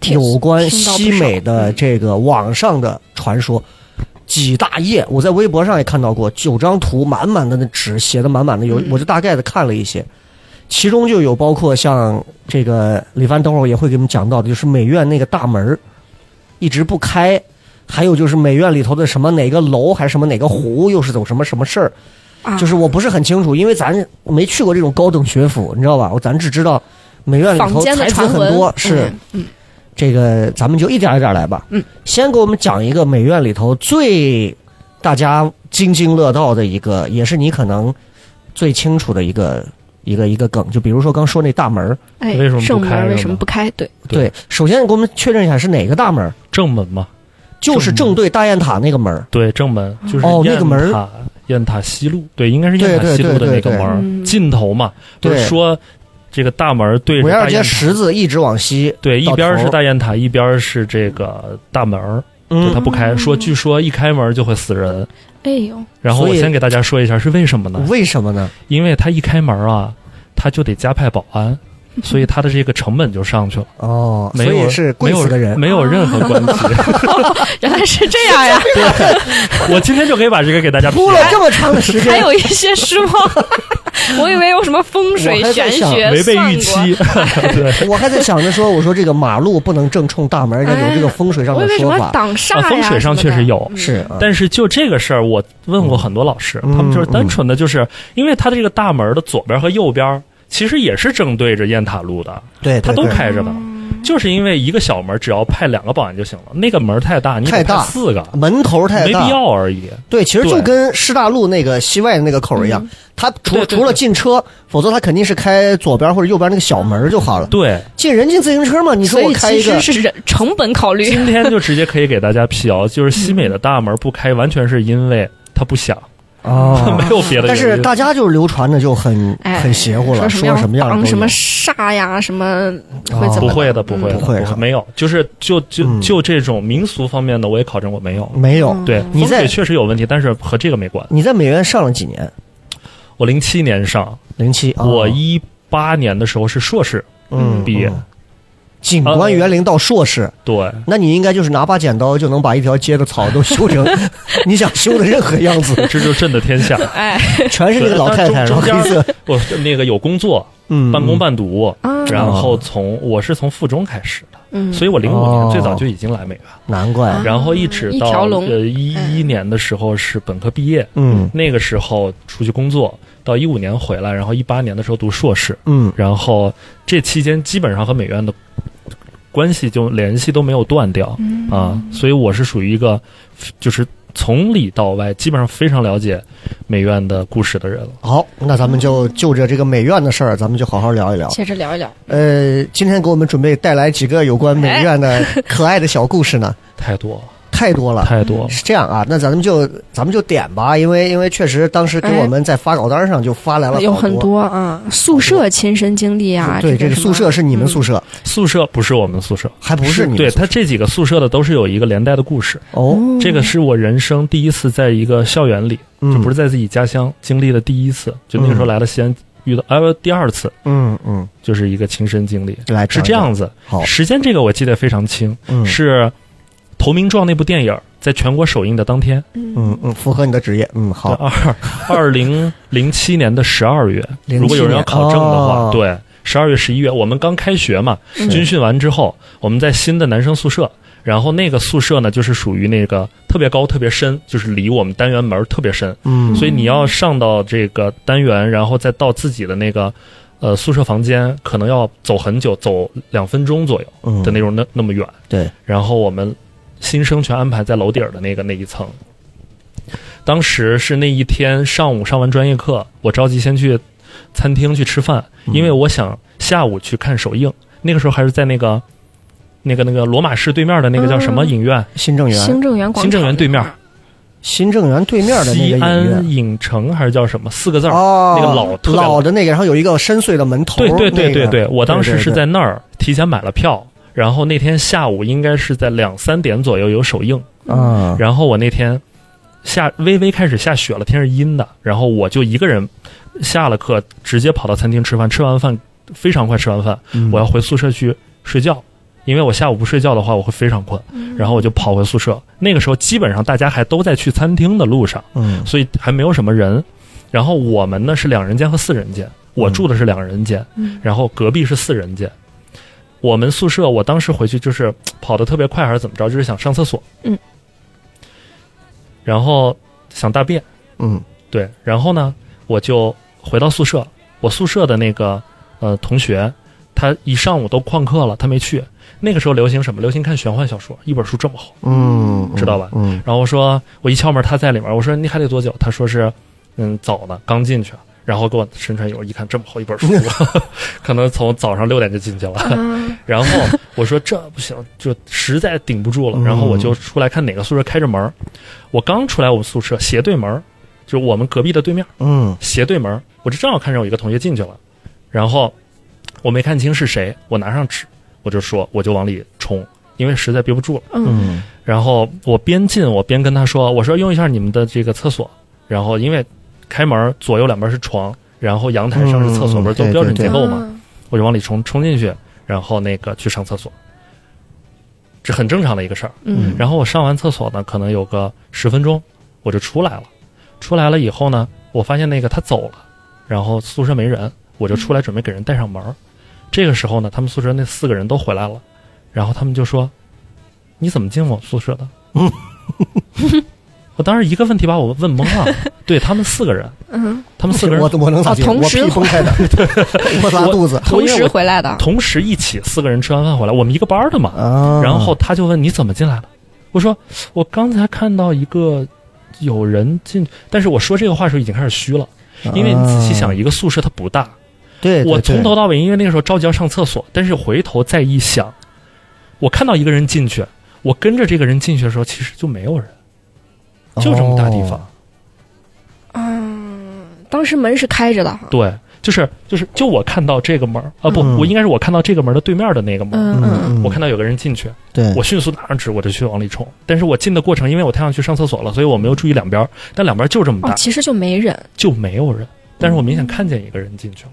听
有关
听到不
西美
少嗯
的这个网上的传说。几大页，我在微博上也看到过，九张图，满满的那纸写的满满的，有
嗯
我就大概的看了一些，其中就有包括像这个李帆，等会儿也会给你们讲到的，就是美院那个大门儿一直不开，还有就是美院里头的什么哪个楼还是什么哪个湖，又是走什么什么事儿，
啊
就是我不是很清楚，因为咱没去过这种高等学府，你知道吧？我咱只知道美院里
坊
头
间的
才子
传闻
很多，是
嗯嗯
这个，咱们就一点一点来吧。
嗯，
先给我们讲一个美院里头最大家津津乐道的一个，也是你可能最清楚的一个一个一个梗，就比如说刚说那大门儿，
哎，
为什么不
圣
开
门为
是
什么
吗
不开？对，
对
对，首先给我们确认一下是哪个大门儿，
正门嘛，
就是正对大雁塔那个门儿。
对，正门就是
哦那个门
雁塔雁塔西路，对，应该是雁塔
对对
西路的
对
那个
对
门
嗯
儿尽头嘛，就
对
是说这个大门儿对
围
着
绕
大
街
雁
十
塔，
字一直往西，
对，一
到
边儿
头
是大雁塔，一边儿是这个大门儿，就它
嗯，
不开，说据说一开门就会死人。
哎呦，
然后
所
我
以
先给大家说一下是为什么呢？
为什么呢？
因为它一开门啊，它就得加派保安，所以它的这个成本就上去了，
哦，
没
所以
有
是
没
贵
有
死个人。
没有任何关
<laughs>
系。
原来是这样呀，
我今天就可以把这个给大家
铺了这么长的时
<laughs> 还
间，
有一些失望，我以为有什么风水
我还在
玄
想
学
违背预
算
期， <laughs> 对。
我还在想着说，我说这个马路不能正冲大门，人家有这个风水上
过，我
的
以为什
说
么
法。
挡煞呀、
啊风水上确实有
什么的嗯
是，啊，
但是就这个事儿，我问过很多老师，
嗯
他们就是单纯的就是，因为它这个大门的左边和右边，其实也是正对着雁塔路的，
对，
它都
对对
开着呢。就是因为一个小门，只要派两个保安就行了。那个门太大，你得
太大
派四个，
门头太
没
大，
必要而已。
对，其实就
对
跟师大路那个西外的那个口儿一样，他
嗯
除
对对对
除了进车，否则他肯定是开左边或者右边那个小门儿就好了。
对，
进人进自行车嘛，你说
所
我
以
开
其
一
实
个，
是人成本考虑。
今天就直接可以给大家辟谣，就是西美的大门不开，完全是因为他不想，<laughs>
哦
没有别的原因。
但是大家就是流传的就很
哎，
很邪乎了，
说
说什么样
要
的
挡
都
什
有
么煞呀，什么会
哦
怎
不
么？
会的，不会的，
不会是吧
会没有，就是就就
嗯
就这种民俗方面的，我也考证过没有。
没
嗯
有？
对，
你
风
在
水确实有问题，但是和这个没关。
你在美院上了几年？
我零七年上，
零七，啊
我一八年的时候是硕士，
嗯
毕业呃
嗯景观园林到硕士，
对，
那你应该就是拿把剪刀就能把一条街的草都
<laughs>
修成你想修的任何样子，
这就震的天
<laughs>
下。
哎，
全是那个老太太，
对
然后
中
黑色，
我那个有工作，
嗯，
半工半读，
啊
然后从我是从附中开始的，
嗯，
所以我零五
哦
年最早就已经来美院，
嗯难怪，
啊
然后一直
一
到
条龙嗯
呃一一年的时候是本科毕业，
嗯
那个时候出去工作，到一五年回来，然后一八年的时候读硕士，
嗯，
然后这期间基本上和美院的关系就联系都没有断掉、
嗯
啊，所以我是属于一个就是从里到外基本上非常了解美院的故事的人了。
好，那咱们就就着这个美院的事儿，咱们就好好聊一聊。
接着聊一聊，
呃，今天给我们准备带来几个有关美院 <laughs> 的可爱的小故事呢，
太多
太多了。
太多了，
是这样啊，那咱们就咱们就点吧，因为因为确实当时给我们在发稿单上就发来了
有
好
很
多。
多啊，宿舍亲身经历啊，
对，这
个
个
什么
宿舍是你们宿
嗯
舍，
宿舍不是我们宿舍，
还不是你们
对
宿舍
他这几个宿舍的都是有一个连带的故事。
哦，
这个是我人生第一次在一个校园里，
嗯
就不是在自己家乡经历的第一次，就那个时候来了西安遇到，呃，第二次
嗯嗯，
就是一个亲身经历，
来
是这，样子。
好，
时间这个我记得非常清，
嗯
是投名状》那部电影在全国首映的当
<laughs>
天，
嗯嗯，符合你的职业，嗯，好，
二二零零七年的十二月，
07
如果有人要考证的
哦
话，对，十二月、十一月，我们刚开学嘛，军训完之后，我们在新的男生宿舍，然后那个宿舍呢，就是属于那个特别高、特别深，就是离我们单元门儿特别深，
嗯，
所以你要上到这个单元，然后再到自己的那个呃宿舍房间，可能要走很久，走两分钟左右
嗯
的那种那那么远。
对，
然后我们新生全安排在楼顶儿的那个那一层。当时是那一天上午上完专业课，我着急先去餐厅去吃饭，
嗯
因为我想下午去看首映。那个时候还是在那个那个那个罗马市对面的那个叫什么
嗯
影院？
新政园，
新政园广场啊
新政园对面
新政园对面的那
西
个影
安
院，
影城还是叫什么？四个字儿。
哦，
那个老特别老
老的那个，然后有一个深邃的门头，
对对对
那个
对对，我当时是
对对
在那儿提前买了票，然后那天下午应该是在两三点左右有首映，
对啊，
然后我那天下微微开始下雪了，天是阴的，然后我就一个人下了课，直接跑到餐厅吃饭，吃完饭非常快吃完饭，
嗯
我要回宿舍去睡觉。因为我下午不睡觉的话，我会非常困，
嗯
然后我就跑回宿舍。那个时候基本上大家还都在去餐厅的路上，
嗯
所以还没有什么人。然后我们呢是两人间和四人间，我住的是两人间，
嗯
然后隔壁是四人间。我们宿舍，我当时回去就是嘖跑得特别快还是怎么着，就是想上厕所，
嗯，
然后想大便，
嗯
对，然后呢我就回到宿舍，我宿舍的那个呃同学，他一上午都旷课了，他没去。那个时候流行什么？流行看玄幻小说，一本书这么厚。
嗯，
知道吧
嗯
然后我说我一敲门，他在里面。我说你还得多久？他说是，嗯，早呢，刚进去。然后给我伸出一会儿，一看这么厚一本书， <laughs> 可能从早上六点就进去了。 <laughs>
啊，
然后我说这不行，就实在顶不住了。
嗯
然后我就出来看哪个宿舍开着门儿。我刚出来我们宿舍斜对门儿，就是我们隔壁的对面
嗯
斜对门儿。我这正好看上我一个同学进去了，然后我没看清是谁，我拿上纸，我就说我就往里冲，因为实在憋不住了。
嗯
嗯
然后我边进我边跟他说：“我说用一下你们的这个厕所。”然后因为开门左右两边是床，然后阳台上是厕所，
嗯
不是都标准
对
结
对
构嘛？，我就往里冲冲进去，然后那个去上厕所，这很正常的一个事儿。
嗯
然后我上完厕所呢，可能有个十分钟，我就出来了。出来了以后呢，我发现那个他走了，然后宿舍没人，我就出来准备给人带上门儿。这个时候呢，他们宿舍那四个人都回来了，然后他们就说：“你怎么进我宿舍的？” <laughs>
嗯
我当时一个问题把我问懵了。对他们四个人，
嗯，
他们四个人
哎 <laughs> 我我能咋
哦
进？
同
我
时
屁崩
<laughs>
开的，我拉肚子
我
同
因为
时
我
回来的，
同时一起四个人吃完饭回来，我们一个班儿的嘛。
啊，
然后他就问你怎么进来的？我说我刚才看到一个有人进，但是我说这个话的时候已经开始虚了，因为你仔细想，
啊，
一个宿舍它不大，
对，对
我从
对
头到尾，因为那个时候着急要上厕所，但是回头再一想，我看到一个人进去，我跟着这个人进去的时候，其实就没有人，就这么大地方
哦，
啊，当时门是开着的哈，
对。就是就是，就我看到这个门儿啊，不，
嗯
我应该是我看到这个门的对面的那个门儿，
嗯嗯
嗯，
我看到有个人进去，
对，
我迅速拿上纸，我就去往里冲。但是我进的过程，因为我太想去上厕所了，所以我没有注意两边儿。但两边儿就这么
哦
大，，
其实就没人，
就没有人。但是我明显看见一个人进去了。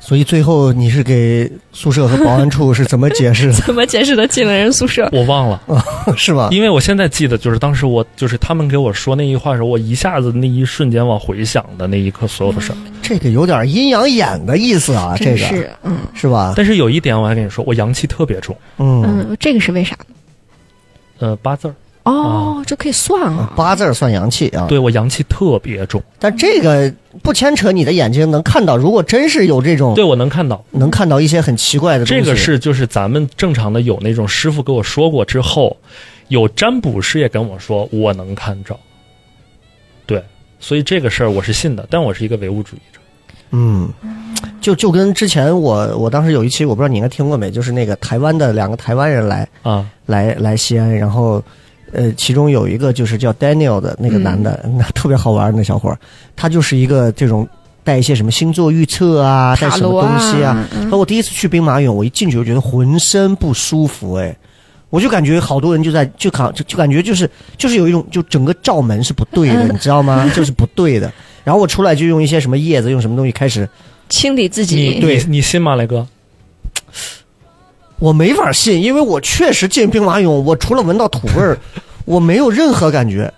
所以最后你是给宿舍和保安处是怎么解释
<laughs>
怎么解释的进了人宿舍？
我忘了，
是吧？
因为我现在记得，就是当时我就是他们给我说那一话的时候，我一下子那一瞬间往回想的那一刻所有的事儿。
这个有点阴阳眼的意思啊，这
真
个
是，嗯
是吧？
但是有一点我还跟你说，我阳气特别重，
嗯，
嗯，这个是为啥？
呃，八字儿，
哦，这可以算啊，
八字儿算阳气啊，
对我阳气特别重，
但这个不牵扯你的眼睛能看到，如果真是有这种
对我能看到。
能看到一些很奇怪的东
哦这
西，
个是就是咱们正常的有那种师傅给我说过之后，有占卜师也跟我说我能看着，对，所以这个事儿我是信的，但我是一个唯物主义者。
嗯，就就跟之前我我当时有一期我不知道你应该听过没，就是那个台湾的两个台湾人来
啊，
来来西安，然后呃，其中有一个就是叫 Daniel 的那个男的，
嗯
<laughs> 那特别好玩儿那小伙儿，他就是一个这种带一些什么星座预测啊，带
塔
什么
罗
东西啊。，
嗯
那我第一次去兵马俑，我一进去我就觉得浑身不舒服，哎。我就感觉好多人就在就感就就感觉就是就是有一种就整个罩门是不对的，
嗯
你知道
<laughs>
吗？就是不对的。然后我出来就用一些什么叶子，用什么东西开始
清理自
你
己，
你你信吗，雷哥？
我没法信，因为我确实进兵马俑，我除了闻到土味
<laughs>
儿，我没有任何感觉。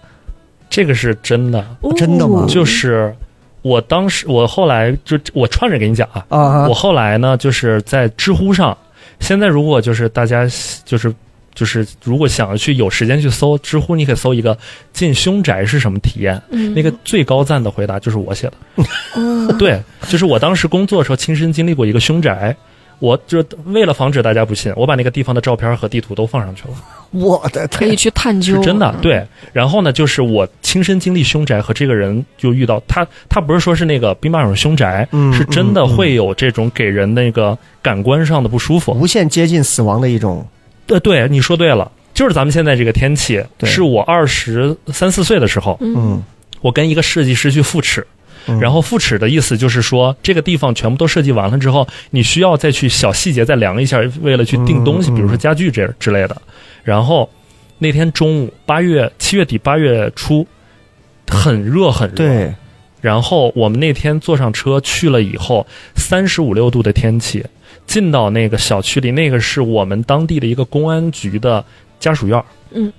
这个是真的，
哦
真的
嗯
吗
就。是我当时，我后来就我串着给你讲啊，
啊
我后来呢，就是在知乎上，现在如果就是大家就是就是如果想去有时间去搜知乎，你可以搜一个进凶宅是什么体验，
嗯
那个最高赞的回答就是我写的。
嗯
对，就是我当时工作的时候亲身经历过一个凶宅，我就为了防止大家不信，我把那个地方的照片和地图都放上去了，
我的
可
天
以，去探究，啊
是真的。对，然后呢，就是我亲身经历凶宅和这个人就遇到他，他不是说是那个兵马俑凶宅，
嗯
是真的
嗯嗯嗯
会有这种给人那个感官上的不舒服。
无限接近死亡的一种
对对，你说对了。就是咱们现在这个天气，
对
是我二十三四岁的时候，
嗯，
我跟一个设计师去复尺，
嗯
然后复尺的意思就是说，这个地方全部都设计完了之后，你需要再去小细节再量一下，为了去定东西，
嗯嗯
比如说家具这之类的。然后那天中午，八月七月底八月初，很热很热。。
对，
然后我们那天坐上车去了以后，三十五六度的天气，进到那个小区里，那个是我们当地的一个公安局的家属院儿
嗯，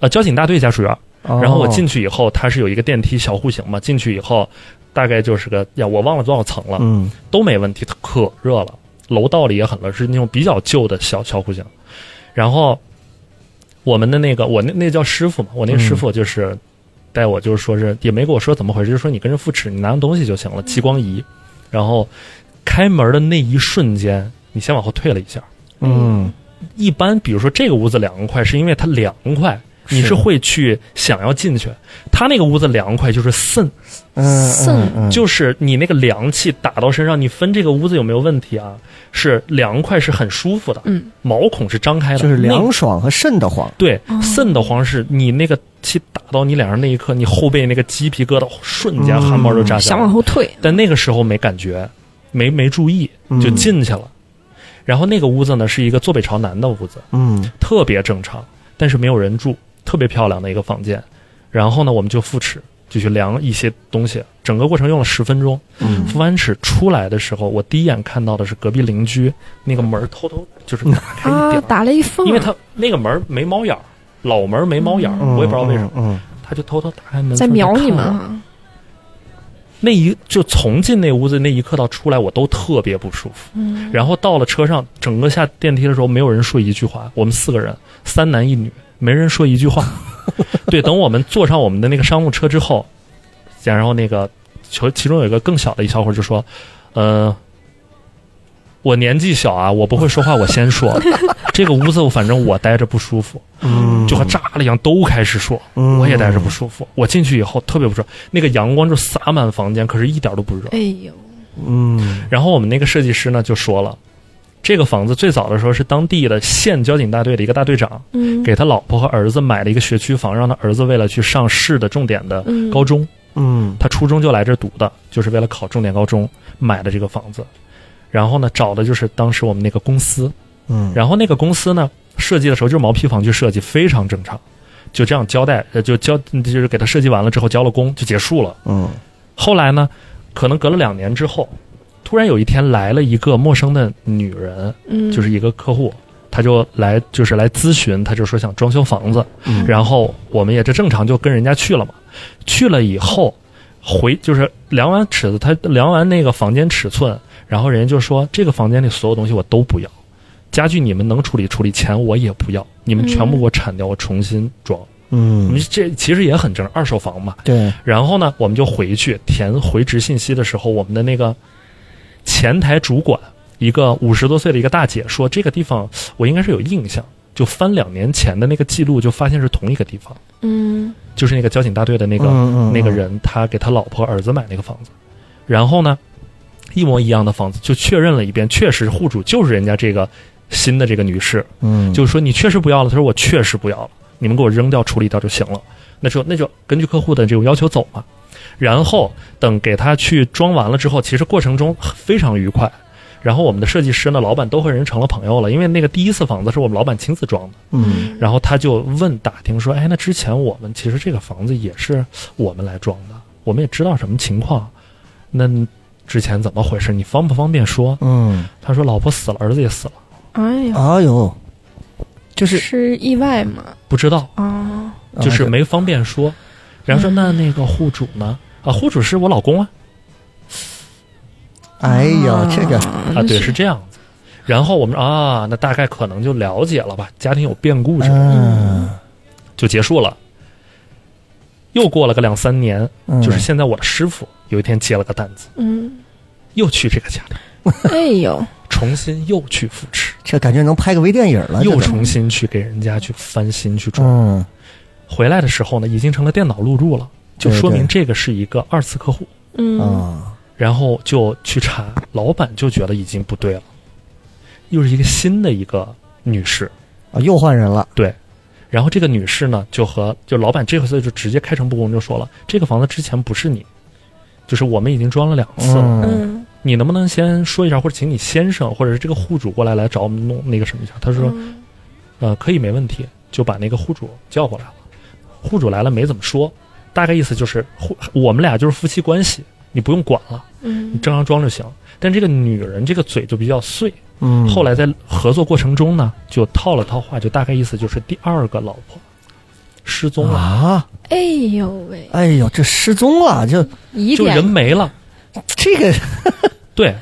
呃，交警大队家属院儿然
然
后我进去以后，它是有一个电梯小户型嘛，进去以后大概就是个呀，我忘了多少层了，
嗯
都没问题，可热了，楼道里也很热，是那种比较旧的小小户型。然后我们的那个我那那叫师傅嘛，我那个师傅就是带我，就是说是也没跟我说怎么回事，就说你跟着副尺，你拿东西就行了，激光仪。然后开门的那一瞬间，你先往后退了一下。
嗯
一般比如说这个屋子凉快，是因为它凉快，你
是
是会去想要进去。它那个屋子凉快就是渗，
嗯
散
嗯，
就是你那个凉气打到身上，你分这个屋子有没有问题啊？是凉快是很舒服的，
嗯，
毛孔是张开的，
就是凉
那。
爽和瘆得慌，
对，渗得慌是你那个气打到你脸上那一刻，你后背那个鸡皮疙瘩瞬间
嗯
汗毛就炸起来
想
了。
往后退，
但那个时候没感觉，没没注意
嗯
就进去了。然后那个屋子呢是一个坐北朝南的屋子，
嗯
特别正常，但是没有人住，特别漂亮的一个房间。然后呢，我们就复尺，就去量一些东西，整个过程用了十分钟。
嗯
复完尺出来的时候，我第一眼看到的是隔壁邻居那个门儿偷偷就是打开一
啊
点，，
打了一缝，
因为他那个门儿没猫眼儿，老门儿没猫眼儿，
嗯，
我也不知道为什么，
嗯，
他就偷偷打开门
在瞄你们
们。
啊，
那一就从进那屋子那一刻到出来，我都特别不舒服。
嗯
然后到了车上，整个下电梯的时候，没有人说一句话。我们四个人，三男一女，没人说一句
<laughs>
话。对，等我们坐上我们的那个商务车之后，然后那个其其中有一个更小的一小伙就说：“呃，我年纪小啊，我不会说话，我先
<laughs>
说。这个屋子我反正我待着不舒服，
嗯
就和炸了一样，都开始说。”
嗯
我也待着不舒服。我进去以后特别不舒服，那个阳光就洒满房间，可是一点都不热。
哎呦，
嗯
然后我们那个设计师呢就说了，这个房子最早的时候是当地的县交警大队的一个大队长
嗯，
给他老婆和儿子买了一个学区房，让他儿子为了去上市的重点的
嗯
高中，
嗯
他初中就来这儿读的，就是为了考重点高中买的这个房子。然后呢，找的就是当时我们那个公司，
嗯，
然后那个公司呢，设计的时候就是毛坯房去设计，非常正常，就这样交代，呃，就交就是给他设计完了之后交了工就结束了。
嗯
后来呢，可能隔了两年之后，突然有一天来了一个陌生的女人，
嗯
就是一个客户，她就来就是来咨询，她就说想装修房子，
嗯
然后我们也这正常就跟人家去了嘛，去了以后回就是量完尺子，他量完那个房间尺寸，然后人家就说这个房间里所有东西我都不要，家具你们能处理处理，钱我也不要，你们全部给我铲掉，我重新装。我
嗯
们，这其实也很正常，二手房嘛。
对，
然后呢，我们就回去填回执信息的时候，我们的那个前台主管，一个五十多岁的一个大姐说，这个地方我应该是有印象，就翻两年前的那个记录，就发现是同一个地方，
嗯
就是那个交警大队的那
那
个、那个人，他给他老婆儿子买那个房子，然后呢，一模一样的房子，就确认了一遍，确实户主就是人家这个新的这个女士，
嗯
就是说你确实不要了，他说我确实不要了，你们给我扔掉处理掉就行了。那就那就根据客户的这种要求走嘛。然后等给他去装完了之后，其实过程中非常愉快。然后我们的设计师呢，老板都和人成了朋友了，因为那个第一次房子是我们老板亲自装的。
嗯
然后他就问打听说，哎，那之前我们其实这个房子也是我们来装的，我们也知道什么情况。那之前怎么回事？你方不方便说？
嗯
他说老婆死了，儿子也死了，
哎
啊
呀，
哎呦，就是
是意外吗？
不知道，
哦，
啊
就是啊没方便说。然
嗯
后说那那个户主呢？啊，户主是我老公啊。
哎呀，这个
啊，
啊
对，是这样子。然后我们啊，那大概可能就了解了吧，家庭有变故什么的
嗯，
就结束了。又过了个两三年，
嗯
就是现在我的师傅有一天接了个单子，
嗯，
又去这个家里，
哎呦，
重新又去扶持，
这感觉能拍个微电影了，这
又
都
重新去给人家去翻新去装。
嗯，
回来的时候呢，已经成了电脑录入了，就
对
说
对
明这个是一个二次客户。
嗯，
啊，
然后就去查，老板就觉得已经不对了，又是一个新的一个女士。
啊又换人了，
然后这个女士呢，就和就老板这回就直接开诚布公就说了，这个房子之前不是你，就是我们已经装了两次了，
嗯，
嗯，
你能不能先说一下，或者请你先生或者是这个户主过来来找我们弄那个什么一下？他说，
嗯
呃，可以，没问题，就把那个户主叫过来了。户主来了没怎么说，大概意思就是户我们俩就是夫妻关系，你不用管了，你
嗯，
正常装就行。但这个女人这个嘴就比较碎，
嗯，
后来在合作过程中呢，就套了套话，就大概意思就是第二个老婆失踪了，
啊，
哎呦喂，
哎呦，这失踪了，就
疑
就人
点，
没了。
这个
对，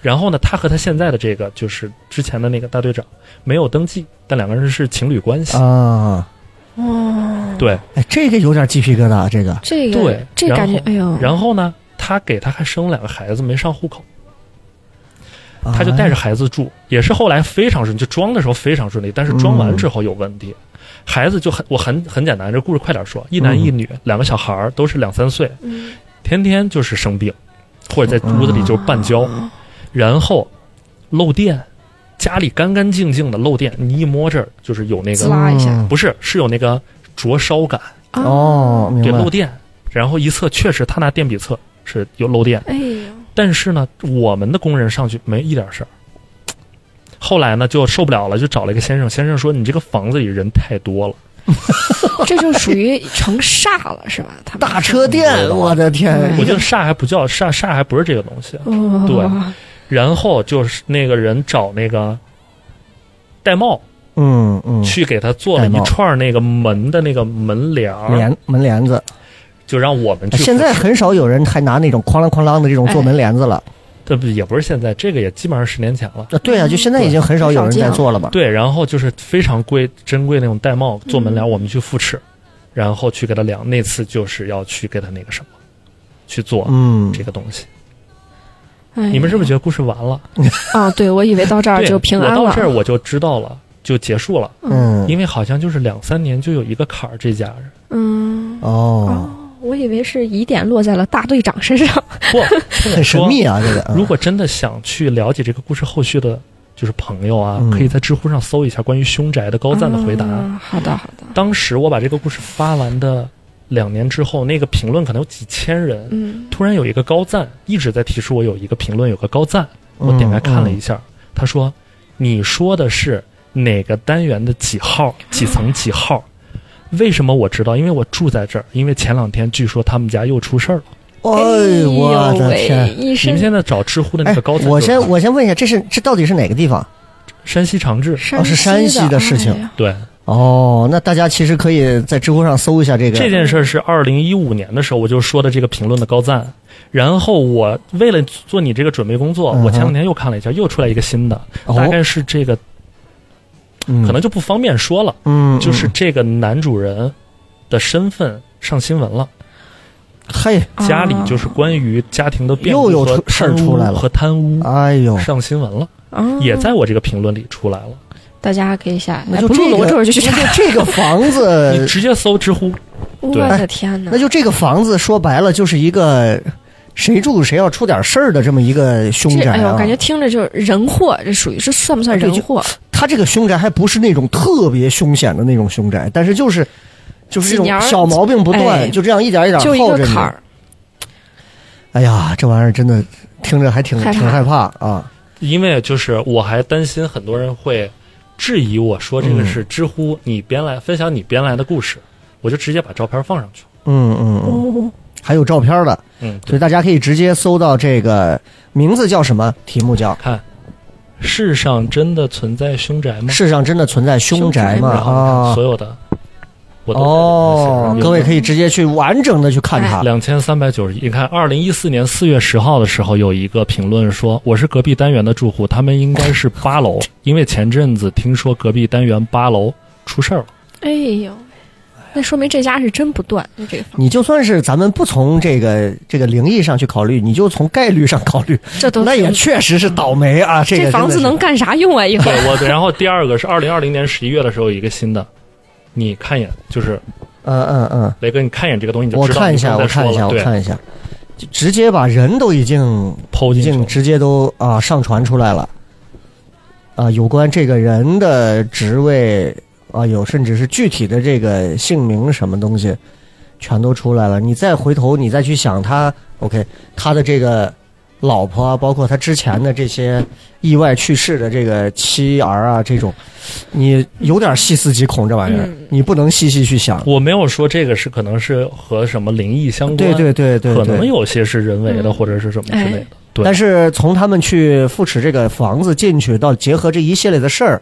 然后呢，他和他现在的这个就是之前的那个大队长没有登记，但两个人是情侣关系。
啊，
哇，
对，
哎，这个有点鸡皮疙瘩，这个
这个
对
这
然
感觉，
后
哎呦，
然后呢，他给他还生了两个孩子，没上户口，他就
啊
带着孩子住，也是后来非常顺，就装的时候非常顺利，但是装
嗯
完之后有问题。孩子就很，我很很简单，这故事快点说。一男一
嗯
女，两个小孩儿都是两三岁，
嗯
天天就是生病，或者在屋
嗯
子里就是半焦，然后漏电，家里干干净净的漏电，你一摸这儿就是有那
滋
个，
啦一下
嗯
不是是有那个灼烧感，
啊，
哦，明
对，漏
白，
电。然后一测确实他拿电笔测是有漏电，
哎呦，
但是呢，我们的工人上去没一点事儿。后来呢，就受不了了，就找了一个先生。先生说：“你这个房子里人太多了，
<laughs>
这就属于成煞了是吧？他们
大车店，我的天，
嗯
我觉得煞还不叫煞，煞还不是这个东西。”
哦，
对然后就是那个人找那个戴帽
嗯嗯，
去给他做了
戴
一
帽
串那个门的那个门帘儿，
帘门帘子，
就让我们去哎扶持。
现在很少有人还拿那种哐啷哐啷的这种做门帘子了。
这不也不是现在，这个也基本上十年前了。
啊，对啊，就现在已经很少有人在做了嘛。
对，然后就是非常贵、珍贵那种玳瑁做门帘，我们去复制，然后去给他量。那次就是要去给他那个什么，去做
嗯
这，个东西。
哎呦
你们是不是觉得故事完了？
哦
啊？对，我以为到这儿
对，
就平安
我
了
到这。儿我就知道了，就结束了。
嗯，
因为好像就是两三年就有一个坎儿，这家人
嗯，
哦，
哦，我以为是疑点落在了大队长
<laughs>
身上。
不听我
很神
说。
秘啊，这个。
如果真的想去了解这个故事后续的，就是朋友啊，
嗯
可以在知乎上搜一下关于凶宅的高赞的回答。
啊好的，好的。
当时我把这个故事发完的两年之后，那个评论可能有几千人，
嗯，
突然有一个高赞一直在提示我有一个评论有个高赞，
嗯
我点开看了一下，他说你说的是哪个单元的几号几层几号？为什么我知道？因为我住在这儿。因为前两天据说他们家又出事儿了。
哎，我的
哎呦
天！
喂，一
你们
身
现在找知乎的那
哎
个高，赞，啊
我先我先问一下，这是这到底是哪个地方？
山西长治
山
哦是山西
西
的事情
哎呀
对
哦，那大家其实可以在知乎上搜一下这个。
这件事儿是二零一五年的时候我就说的这个评论的高赞，然后我为了做你这个准备工作，
嗯哼
我前两天又看了一下，又出来一个新的，
哦
大概是这个
嗯
可能就不方便说了，
嗯，
就是
嗯
这个男主人的身份上新闻了，
嘿，
家里就是关于家庭的变
又
故
有
和
出事儿
贪污
出来了
和贪污
哎呦，
上新闻了，
啊
也在我这个评论里出来了。
大家可以下，
那
哎
就
不录
这
了，
个
我这会儿就去查
那。就这个房
你
<laughs>
子，
直接搜知乎，
我
对
的天哪
<laughs> 那！就这个房子，说白了就是一个谁住谁要出点事儿的这么一个凶
这
宅
哎呦，
啊哎
我。感觉听着就是人祸，这属于这算不算人祸？
他这个凶宅还不是那种特别凶险的那种凶宅，但是就是就是这
几年
种
儿
小毛病不断，
哎
就这样一点一点
就一
耗
个
着你
坎。儿，
哎呀，这玩意儿真的听着还挺
害怕
挺害怕啊！
因为就是我还担心很多人会质疑我说这个
嗯
是知乎你编来分享你编来的故事，我就直接把照片放上去。
嗯嗯嗯，还有照片的，
嗯，
所
对
以，大家可以直接搜到这个名字叫什么，题目叫
看世上真的存在凶宅吗？
世上真的存在凶宅吗？
然后
啊
所，有的，我都
嗯
哦，各位可
以
以直接去完整的去看它。
两千三百九十一。你看，二零一四年四月十号的时候，有一个评论说：“我是隔壁单元的住户，他们应该是八 <laughs> 楼，因为前阵子听说隔壁单元八楼出事儿了。
哎呦，那说明这家是真不断，这个房
你就算是咱们不从这个这个灵异上去考虑，你就从概率上考虑，
这都
那也确实是倒霉啊！这个
这
真的
房子
是
能干啥用啊？
<laughs>
以
<laughs>
后
对我，然后第二个是二零二零年十一月的时候，有一个新的，你看一眼，就是
嗯嗯嗯，
雷哥，你看一眼这个东西，你就
我
知道
看
你
一
不
下，
用
我
再说
看一下，
了
我
对，
看一下，就直接把人都已经
剖
已
进去
经
了。
直接都啊上传出来了，啊，有关这个人的职位啊，有甚至是具体的这个姓名什么东西，全都出来了。你再回头，你再去想他，OK，他的这个老婆啊，包括他之前的这些意外去世的这个妻儿啊，这种，你有点细思极恐这玩意儿，
嗯
你不能细细去想。
我没有说这个是可能是和什么灵异相关，
对对对对，
可
对
能有些是人为的
嗯
或者是什么之类的。对
但是从他们去复持这个房子进去，到结合这一系列的事儿，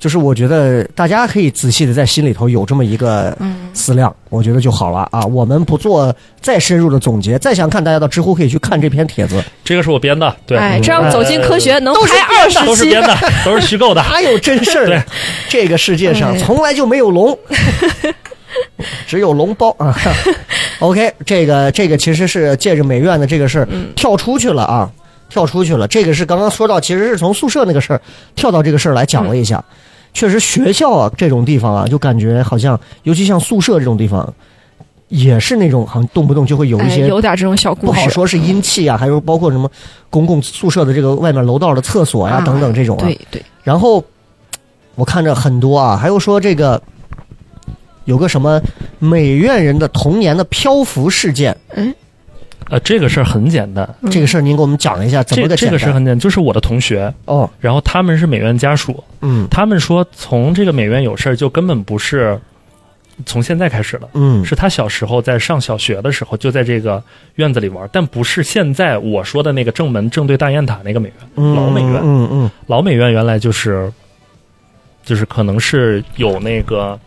就是我觉得大家可以仔细的在心里头有这么一个
嗯，
思量，我觉得就好了啊。我们不做再深入的总结，再想看大家到知乎可以去看这篇帖子，
这个是我编的，对，嗯
哎，这样走进科学能
都是
拍二十
都是
期
编，
<laughs>
的，都是虚构的。
哪有真事儿
对
啊？这个世界上
哎
从来就没有
<laughs>
龙，只有龙包啊。OK，这个这个其实是借着美院的这个事儿
嗯
跳出去了啊，跳出去了。这个是刚刚说到，其实是从宿舍那个事儿跳到这个事儿来讲了一下。
嗯
确实，学校啊这种地方啊，就感觉好像，尤其像宿舍这种地方，也是那种好像动不动就会有一
哎，
些
有点这种小
不
故
好
事。
说是阴气啊，还有包括什么公共宿舍的这个外面楼道的厕所呀、
啊
等等这种啊。
对对，
然后我看着很多啊，还有说这个有个什么美院人的童年的漂浮事件，
呃，这个事儿很简单，
这个事儿您给我们讲一下怎么
这嗯
简
这
单？
个事儿很简单，就是我的同学，
哦，
然后他们是美院家属，
嗯
他们说从这个美院有事儿就根本不是从现在开始了。
嗯，
是他小时候在上小学的时候就在这个院子里玩，但不是现在我说的那个正门正对大雁塔那个美院。
嗯
老美院
嗯嗯
老美院原来就是，就是可能是有那个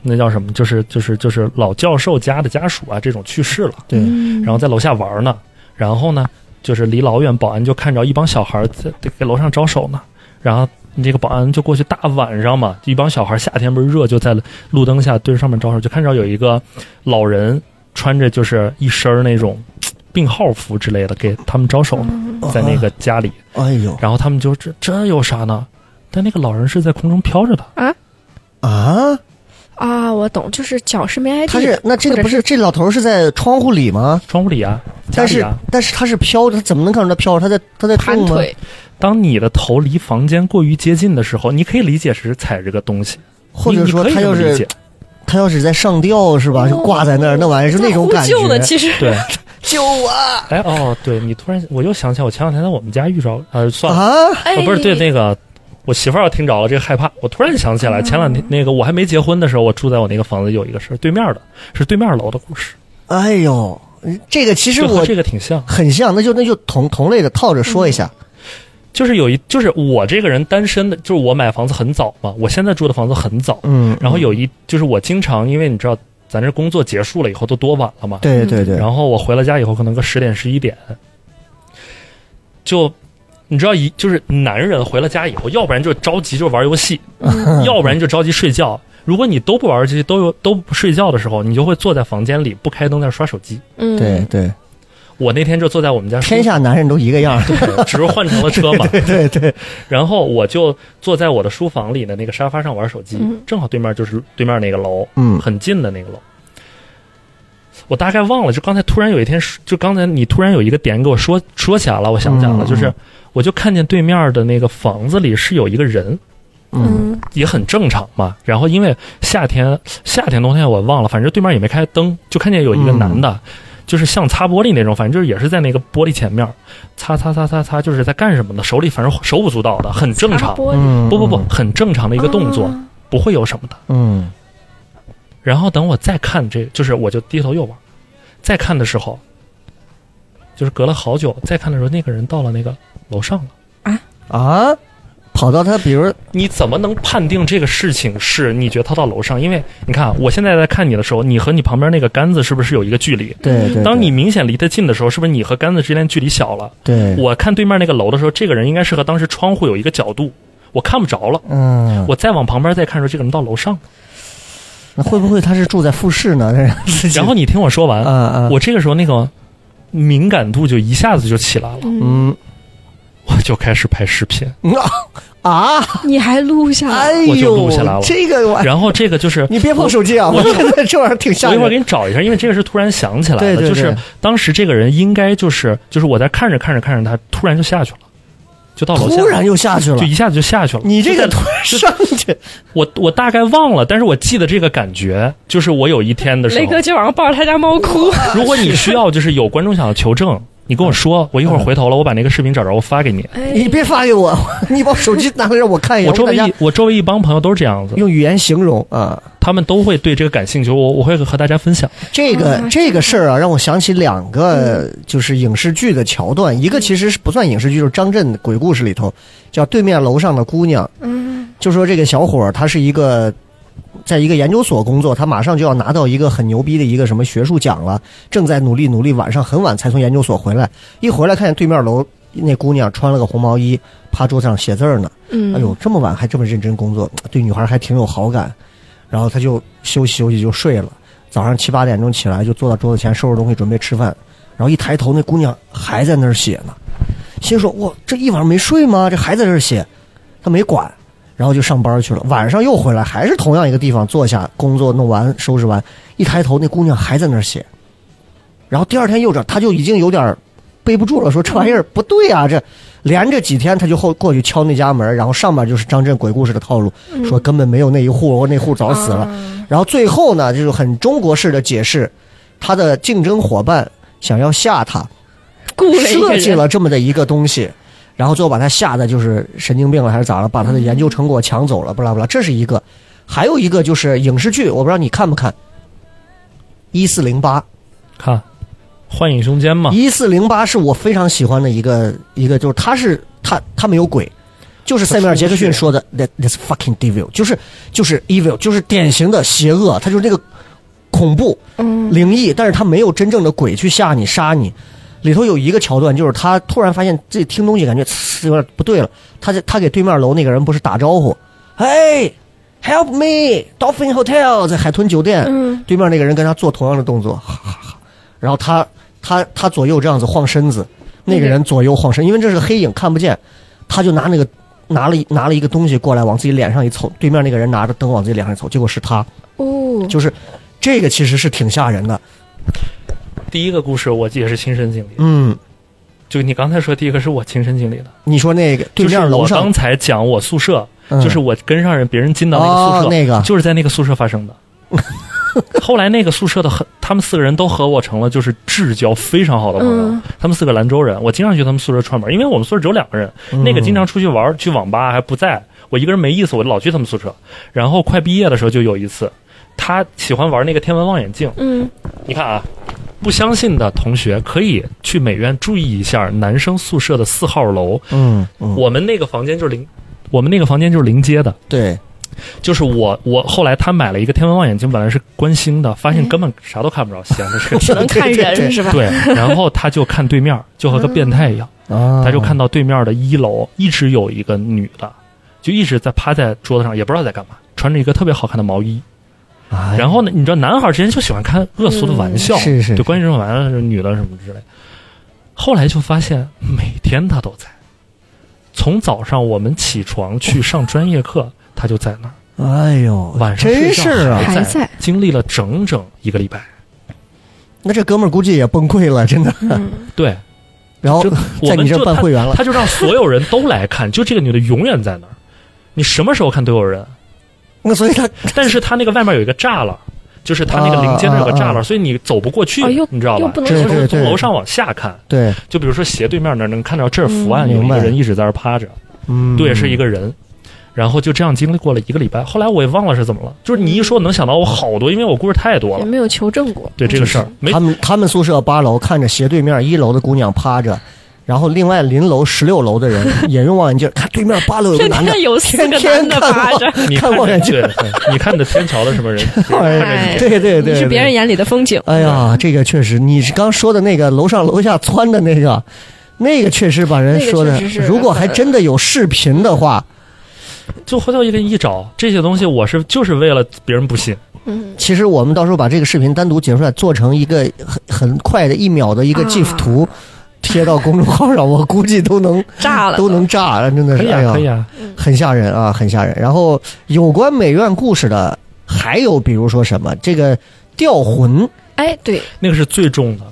那叫什么，就是就是就是老教授家的家属啊这种去世了，
对
嗯
然后在楼下玩呢，然后呢就是离老远保安就看着一帮小孩在在给楼上招手呢，然后。那个保安就过去，大晚上嘛，一帮小孩夏天不是热，就在路灯下对着上面招手，就看着有一个老人穿着就是一身儿那种病号服之类的，给他们招手呢，
嗯，
在那个家里。
啊，哎呦
然后他们就这这有啥呢？但那个老人是在空中飘着的，
啊，
啊，我懂，就是脚是没挨
他
地
是
的，
那这个
或者
不是这老头是在窗户里吗？
窗户里啊，家
但
里
是
啊。
但是他是飘着，怎么能看出他飘着？他在他在
盘
动吗？
腿，
当你的头离房间过于接近的时候，你可以理解是踩着个东西，
或者
你
说
你可
他
以这
要
么理
是
解
他要是在上吊是吧？就
哦
挂在那儿，那玩意儿是那种
哦呼
感觉。
救呢，其实
对，
救我啊！
哎哦，对你突然我又想起来，我前两天在我们家遇着，呃，算
啊
了，
哎
我不是对那个我媳妇儿要听着了，这个害怕，我突然想起来，前两天那个我还没结婚的时候，我住在我那个房子有一个事儿，对面的是对面楼的故事，
哎呦，这个其实
就和
我
这个挺像。
很像，那就那就同同类的套着说一下。
就是有一，就是我这个人单身的，就是我买房子很早嘛，我现在住的房子很早，
嗯，
然后有一就是我经常因为你知道咱这工作结束了以后都多晚了嘛，
对对
嗯
对，
然后我回了家以后可能个十点十一点，就你知道一就是男人回了家以后，要不然就着急就玩游戏，
嗯
<laughs>
嗯
要不然就着急睡觉。如果你都不玩这些，都有都不睡觉的时候，你就会坐在房间里不开灯在那刷手机。
嗯，
对对，
我那天就坐在我们家书
天下男人都一个样儿。
对 <laughs> 只是换成了车嘛。
<laughs> 对对对，
然后我就坐在我的书房里的那个沙发上玩手机，
嗯
正好对面就是对面那个楼，
嗯
很近的那个楼。我大概忘了，就刚才突然有一天，就刚才你突然有一个点给我说说起来了，我想起来了，
嗯
就是我就看见对面的那个房子里是有一个人，
嗯
嗯，
也很正常嘛。然后因为夏天，夏天冬天我忘了，反正对面也没开灯，就看见有一个
嗯
男的，就是像擦玻璃那种，反正就是也是在那个玻璃前面擦擦擦擦擦，就是在干什么呢？手里反正手舞足蹈的，很正
擦
常。
玻璃
嗯，
不不不，很正常的一个动作，
啊
不会有什么的。
嗯，
然后等我再看这，就是我就低头又玩，再看的时候，就是隔了好久再看的时候，那个人到了那个楼上了，
嗯啊，跑到他，比如
你怎么能判定这个事情是你觉得他到楼上？因为你看啊，我现在在看你的时候，你和你旁边那个杆子是不是有一个距离？
对对，对
当你明显离得近的时候，是不是你和杆子之间距离小了？
对
我看对面那个楼的时候，这个人应该是和当时窗户有一个角度，我看不着了。
嗯，
我再往旁边再看的时候，这个人到楼上。
那会不会他是住在复式呢？
然后你听我说
啊
完，
啊，
我这个时候那个敏感度就一下子就起来了，
嗯
我 <laughs> 就开始拍视
<laughs>
频。
啊，
你还录下来？
哎
我就
呦
录下来了，
这个我
然后这个就是
你别碰手机啊！
我
我觉得这玩意儿 <laughs> 挺吓
我一会儿给
人。
你找一下，因为这个是突然想起来的，
对对对
就是当时这个人应该就是就是我在看着看着看着他，突然就下去了，就到楼下，
突然又下去了
就，一下子就下去了。
你这个
就在
突然上去，
我我大概忘了，但是我记得这个感觉，就是我有一天的时
雷
候
哥，今晚上抱着他家猫哭，
<laughs> 如果你需要就是有观众想要求证，你跟我
<laughs>
说，我一会儿回头了，我把那个视频找着，我发给你。
哎
哎
你别发给我， <laughs> 你把手机拿来让哎我看一眼。
我周围
大
一
家
我周围一帮朋友都是这样子，
用语言形容啊，
他们都会对这个感兴趣，我我会和大家分享。
这个、
啊
这个事儿啊，让我想起两个就是影视剧的桥段，一个其实是不算影视剧，就是张震的鬼故事里头叫《对面楼上的姑娘》，
嗯，
就说这个小伙儿他是一个。在一个研究所工作，他马上就要拿到一个很牛逼的一个什么学术奖了，正在努力努力，晚上很晚才从研究所回来。一回来看见对面楼那姑娘穿了个红毛衣，趴桌子上写字儿呢。
嗯
哎呦，这么晚还这么认真工作，对女孩还挺有好感。然后他就休息休息就睡了，早上七八点钟起来就坐到桌子前收拾东西准备吃饭，然后一抬头那姑娘还在那儿写呢，心说哇这一晚上没睡吗？这还在这儿写，他没管，然后就上班去了。晚上又回来，还是同样一个地方坐下工作弄完收拾完，一抬头那姑娘还在那儿写，然后第二天又这，他就已经有点儿背不住了，说这玩意儿 <laughs> 不对啊，这连着几天他就后过去敲那家门，然后上面就是张震鬼故事的套路，说根本没有那一户，或那户早死
啊
了。然后最后呢，就是很中国式的解释，他的竞争伙伴想要吓他，
雇了一个
设
人
计了这么的一个东西，然后最后把他吓得就是神经病了还是咋了，把他的研究成果抢走了，不啦不啦，这是一个。还有一个就是影视剧，我不知道你看不看，《一四零八》。
看，幻影胸间嘛，
一四零八是我非常喜欢的一个一个，就是他是他他没有鬼，就是塞缪尔杰克逊说的 that that's fucking devil，就是就是 evil，就是典型的邪恶，他就是那个恐怖
嗯
灵异，但是他没有真正的鬼去吓你杀你。里头有一个桥段，就是他突然发现自己听东西感觉嘶有点不对了，他在他给对面楼那个人不是打招呼，哎，help me，Dolphin Hotel 在海豚酒店，
嗯，
对面那个人跟他做同样的动作，哈哈哈，然后他他他左右这样子晃身子，那个人左右晃身，因为这是个黑影看不见，他就拿那个拿了一拿了一个东西过来往自己脸上一凑，对面那个人拿着灯往自己脸上一凑，结果是他，
哦，
就是这个其实是挺吓人的，
第一个故事我也是亲身经历，
嗯，
就你刚才说第一个是我亲身经历的，
你说那个对
就是
面楼
我
上
刚才讲我宿舍，
嗯
就是我跟上人别人进到那个宿舍，
哦那个
就是在那个宿舍发
<laughs>
生的。后来那个宿舍的很，他们四个人都和我成了就是至交非常好的朋友。
嗯
他们四个兰州人，我经常去他们宿舍串门，因为我们宿舍只有两个人，
哦嗯
那个经常出去玩去网吧还不在，我一个人没意思，我老去他们宿舍。然后快毕业的时候就有一次，他喜欢玩那个天文望远镜，
嗯，
你看啊，不相信的同学可以去美院注意一下男生宿舍的四号楼，
嗯嗯
我们那个房间就是临，我们那个房间就是临街的，
对
就是我我后来他买了一个天文望远镜，本来是观星的，发现根本啥都看不着，闲着是。
只能看
对对对
人是
<laughs>
吧？
对，然后他就看对面，就和个变态一样，
啊，
他就看到对面的一楼一直有一个女的，就一直在趴在桌子上，也不知道在干嘛，穿着一个特别好看的毛衣。
哎，
然后呢，你知道男孩之间就喜欢开恶俗的玩笑，
是是
就关于这种玩笑，嗯就是女的什么之类。后来就发现每天他都在，从早上我们起床去上专业课，他就在那儿，
哎呦，
晚上
真
睡觉
是啊，
还
还在
经历了整整一个礼拜。
那这哥们儿估计也崩溃
<laughs>
了，真的。
对，
然后
就
在
我们
你这
就
儿办会员了，
他就让所有人都来看，就这个女的永远在那儿，你什么时候看都有人。
那所以他
但是他那个外面有一个栅栏，就是他那个临街那有个栅
啊啊
栏，所以你走不过去
哦又，
你知道
又
吧？
不能
就是
对对
从
对
楼上往下看，
对，
就比如说斜对面那儿能看到这儿伏案
嗯
有一
明
个
白
人一直在那儿趴着，
嗯，
对，是一个人。然后就这样经历过了一个礼拜，后来我也忘了是怎么了。就是你一说，能想到我好多，因为我故事太多
也
嗯
了。
没有求证过。
对这个事儿，没
他们他们宿舍八楼看着斜对面一楼的姑娘趴着，然后另外邻楼十六楼的人 <laughs> 也用望远镜看对面八楼有个
天
男的
天，有四
天
个
天
男
看
的
望
扒着，
你
看望远镜，
对对你看的天桥的什么人？
<laughs> 哎
哎
对对对
你
对，
是别人眼里的风景。
哎呀，这个确实，你是刚说的那个楼上楼下窜的那个，那个确实把人
那个
说的
确实，是
如果还真的有视频的话，
就回头一个一找这些东西，我是就是为了别人不信。
嗯，
其实我们到时候把这个视频单独截出来，做成一个很很快的一秒的一个
啊
GIF 图，贴到公众号上，我估计都
<laughs>
能
炸了
都能炸，真的
可
是，
以啊，
哎呀
可，以啊，
很吓人啊，很吓人。然后有关美院故事的，还有比如说什么这个吊魂
哎，对，
那个是最重的，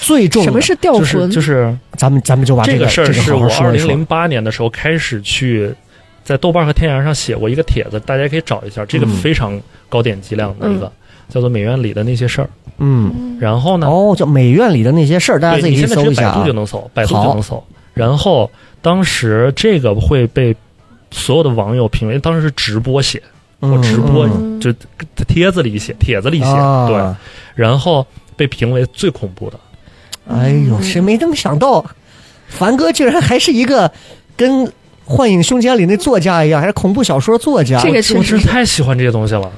最重的，
什么是吊魂？
就是就是
咱们咱们就把
这
个
事儿
这个
是
好好
我二
说一
零
说
零八年的时候开始去在豆瓣和天涯上写过一个帖子，大家可以找一下，这个
嗯
非常高点击量的一个。叫做美院里的那些事儿，
嗯。
然后呢，
哦，叫美院里的那些事儿，大家自
对
己
你
去
现在
搜
直
一
接
下
百度
啊
就。能搜，百度
好
就能搜。然后当时这个会被所有的网友评为，当时是直播写，我直播
嗯
就帖子里写，帖子里写，
啊
对，然后被评为最恐怖的。
哎
嗯
呦，谁没这么想到，凡哥居然还是一个跟《幻影凶间》里那作家一样，还是恐怖小说作家。
这个
我
确
真
实
是，太喜欢这些东西了，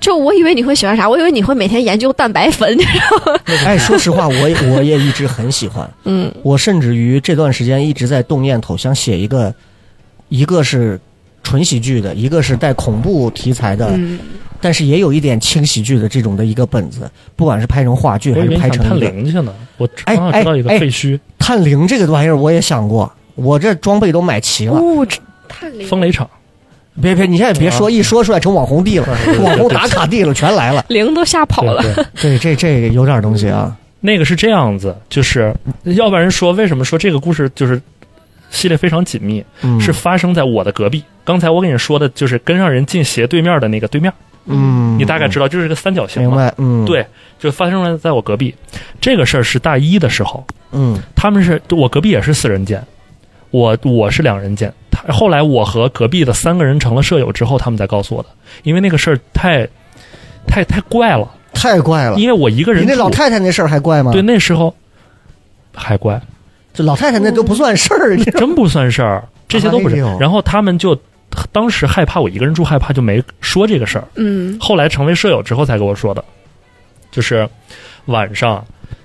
就我以为你会喜欢啥？我以为你会每天研究蛋白粉，你知道吗？
哎，说实话，我也我也一直很喜欢。
嗯，
我甚至于这段时间一直在动念头，想写一个，一个是纯喜剧的，一个是带恐怖题材的，
<laughs> 嗯
但是也有一点轻喜剧的这种的一个本子，不管是拍成话剧
我
还
以
是
为
拍
你想
成
探
一个
灵去呢。我
哎
刚好知道一个
哎哎
废墟，
探灵这个玩意儿我也想过，我这装备都买齐了。
哦，这探灵
风雷场，
别别，你现在别说，
啊
一说出来成网红地了，网红打卡地了，全
<laughs>
来了。
灵都吓跑了。
对对
对，这这个有点东西啊。
那个是这样子，就是要不然说为什么说这个故事就是系列非常紧密，
嗯，
是发生在我的隔壁。刚才我跟你说的就是跟上人进斜对面的那个对面，
嗯，
你大概知道就是个三角形
明
嘛。
白？嗯，，
对，就发生了在我隔壁。这个事儿是大一的时候，
嗯
他们是我隔壁也是四人间，我我是两人间。他后来我和隔壁的三个人成了舍友之后，他们才告诉我的，因为那个事儿太太太怪了，
太怪了。
因为我一个人
比那
住
老太太那事儿还怪吗？
对，那时候还怪，
这老太太那都不算事
<laughs>
儿。你知道
真不算事儿，这些都不是
哎呦。
然后他们就当时害怕我一个人住，害怕就没说这个事儿。
嗯，
后来成为舍友之后才跟我说的，就是晚上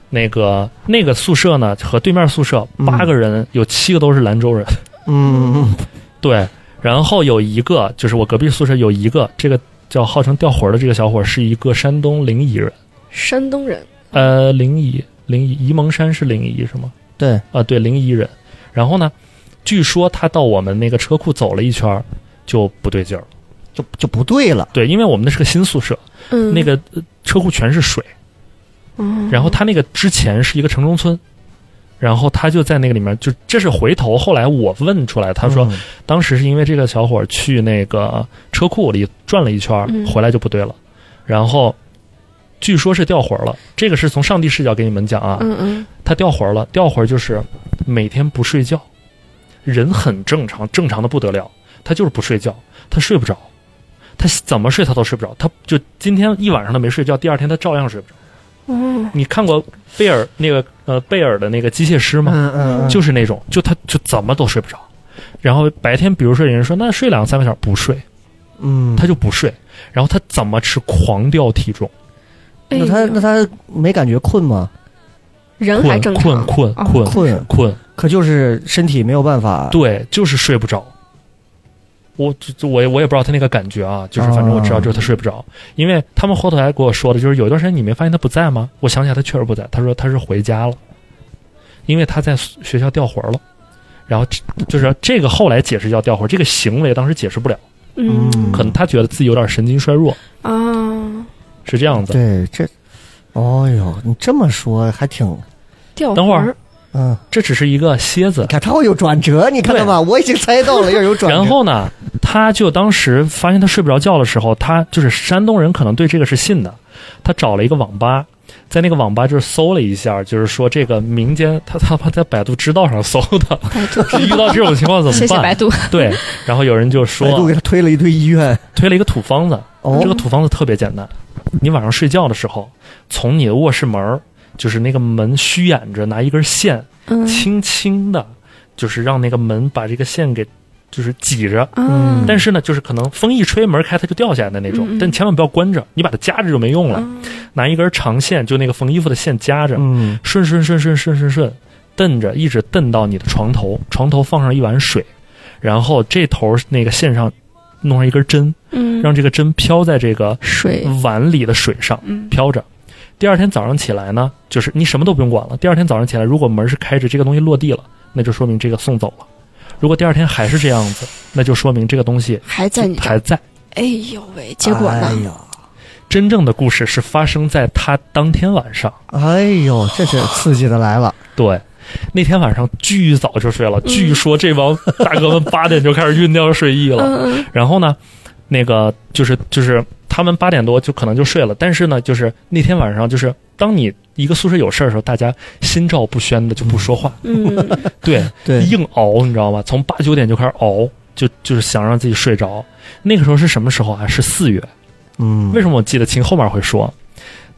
那个那个宿舍呢和对面宿舍
嗯
八个人、有七个都是兰州人，
嗯，
对，然后有一个就是我隔壁宿舍有一个这个叫号称掉魂儿的这个小伙儿是一个山东临沂人，
山东人，
呃，临沂临沂沂蒙山是临沂是吗？
对，
啊、对，临沂人。然后呢，据说他到我们那个车库走了一圈儿就不对劲儿了，
就就不对了。
对，因为我们那是个新宿舍，
嗯，
那个呃车库全是水。
嗯，
然后他那个之前是一个城中村，然后他就在那个里面，就这是回头后来我问出来，他说
嗯
当时是因为这个小伙儿去那个车库里转了一圈儿，
嗯
回来就不对了，然后据说是掉魂儿了，这个是从上帝视角给你们讲啊，
嗯嗯，
他掉魂儿了，掉魂儿就是每天不睡觉，人很正常，正常的不得了，他就是不睡觉，他睡不着。他怎么睡他都睡不着，他就今天一晚上他没睡觉，第二天他照样睡不着。
哦，
你看过贝尔那个呃贝尔的那个机械师吗？
嗯嗯嗯，
就是那种，就他就怎么都睡不着。然后白天，比如说有人说那睡两三个小时不睡，
嗯，
他就不睡。然后他怎么吃狂掉体重，
哎
那他那他没感觉困吗？
人还
困
正
困
常，
困
哦
困
困，
困，
可就是身体没有办法。
对，就是睡不着。我就就我也我也不知道他那个感觉啊，就是反正我知道
啊
就是他睡不着，因为他们后头来给我说的，就是有一段时间你没发现他不在吗？我想起来他确实不在，他说他是回家了，因为他在学校掉魂了，然后这就是这个后来解释叫掉魂，这个行为当时解释不了，
嗯
可能他觉得自己有点神经衰弱，
啊，
是这样子。
对这，哦呦，你这么说还挺，
掉
等会儿
魂
嗯。
这只是一个蝎子
你，看，它会有转折，你看到吗？我已经猜到了，要有 <laughs> 转折。
然后呢，他就当时发现他睡不着觉的时候，他就是山东人，可能对这个是信的。他找了一个网吧，在那个网吧就是搜了一下，就是说这个民间，他他他在百度知道上搜的， <laughs>
百度， <laughs>
遇到这种情况怎么
谢谢百
办？
度，
对，然后有人就
百度
说
给他推了一堆医院。
推了一个土方子，
哦
这个土方子特别简单，你晚上睡觉的时候，从你的卧室门儿，就是那个门虚掩着，拿一根线
嗯
轻轻的，就是让那个门把这个线给就是挤着。
嗯
啊，
但是呢，就是可能风一吹，门开它就掉下来的那种
嗯嗯。
但你千万不要关着，你把它夹着就没用了。
啊
拿一根长线，就那个缝衣服的线夹着，
嗯
顺顺顺顺顺顺顺，蹬着一直蹬到你的床头，床头放上一碗水，然后这头那个线上弄上一根针，
嗯，
让这个针飘在这个
水，
碗里的水上
嗯
飘着。第二天早上起来呢，就是你什么都不用管了。第二天早上起来，如果门是开着，这个东西落地了，那就说明这个送走了；如果第二天还是这样子，那就说明这个东西
还在你这儿，
还在。
哎呦喂，结果呢
哎？呀，
真正的故事是发生在他当天晚上。
哎呦，这是刺激的来了。
对，那天晚上巨早就睡了，据说这帮大哥们八点就开始酝酿睡意了。
嗯
<laughs> 然后呢，那个就是就是他们八点多就可能就睡了，但是呢，就是那天晚上就是当你一个宿舍有事儿的时候，大家心照不宣的就不说话，
嗯
<laughs> 对，
对，
硬熬，你知道吗？从八九点就开始熬。就就是想让自己睡着，那个时候是什么时候啊？是四月。
嗯，
为什么我记得秦后面会说？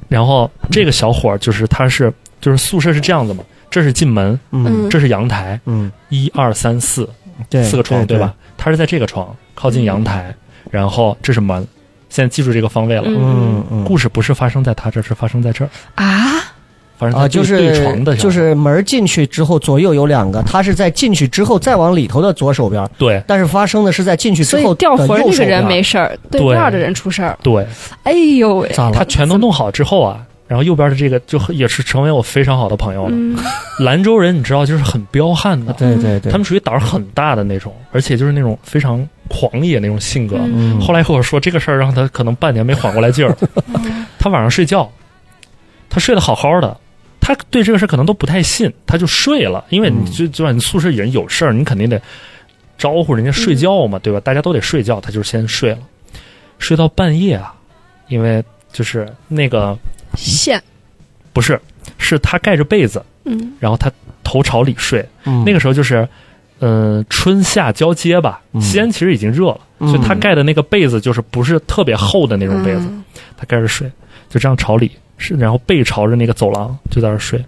然后这个小伙儿就是他是就是宿舍是这样子嘛，这是进门，
嗯
嗯
这是阳台，
嗯，
一二三四
对，
四个床，
对
对吧？？他是在这个床靠近阳台，然后这是门。现在记住这个方位了。
嗯
嗯嗯，
故事不是发生在他这儿，是发生在这儿，
啊，
发生在
啊，
对
就是
对床的小
就
孩
是门进去之后，左右有两个，他是在进去之后再往里头的左手边，
对
但是发生的是在进去之
所
后
以掉
的
魂儿
右
那
手
个人
边。
没事儿，对
对
面儿的人出事儿。
对，
哎呦喂，
咋
他
了？
全都弄好之后啊，然后右边的这个就也是成为我非常好的朋友了。
嗯
兰州人你知道就是很彪悍的，
对对嗯对，
他们属于胆儿很大的那种，而且就是那种非常狂野那种性格。
嗯
嗯
后来和我说这个事儿，让他可能半年没缓过来劲儿。他晚上睡觉，他睡得好好的，他对这个事儿可能都不太信，他就睡了。因为
嗯
你就就算你宿舍里人有事儿，你肯定得招呼人家睡觉
嗯
嘛，对吧？大家都得睡觉，他就先睡了。睡到半夜啊，因为就是那个
线，
不是，是他盖着被子，
嗯
然后他头朝里睡。
嗯
那个时候就是，嗯，春夏交接吧，
嗯
西安其实已经热了，所以他盖的那个被子就是不是特别厚的那种被子，
嗯
他盖着睡，就这样朝里是，然后背朝着那个走廊就在那儿睡，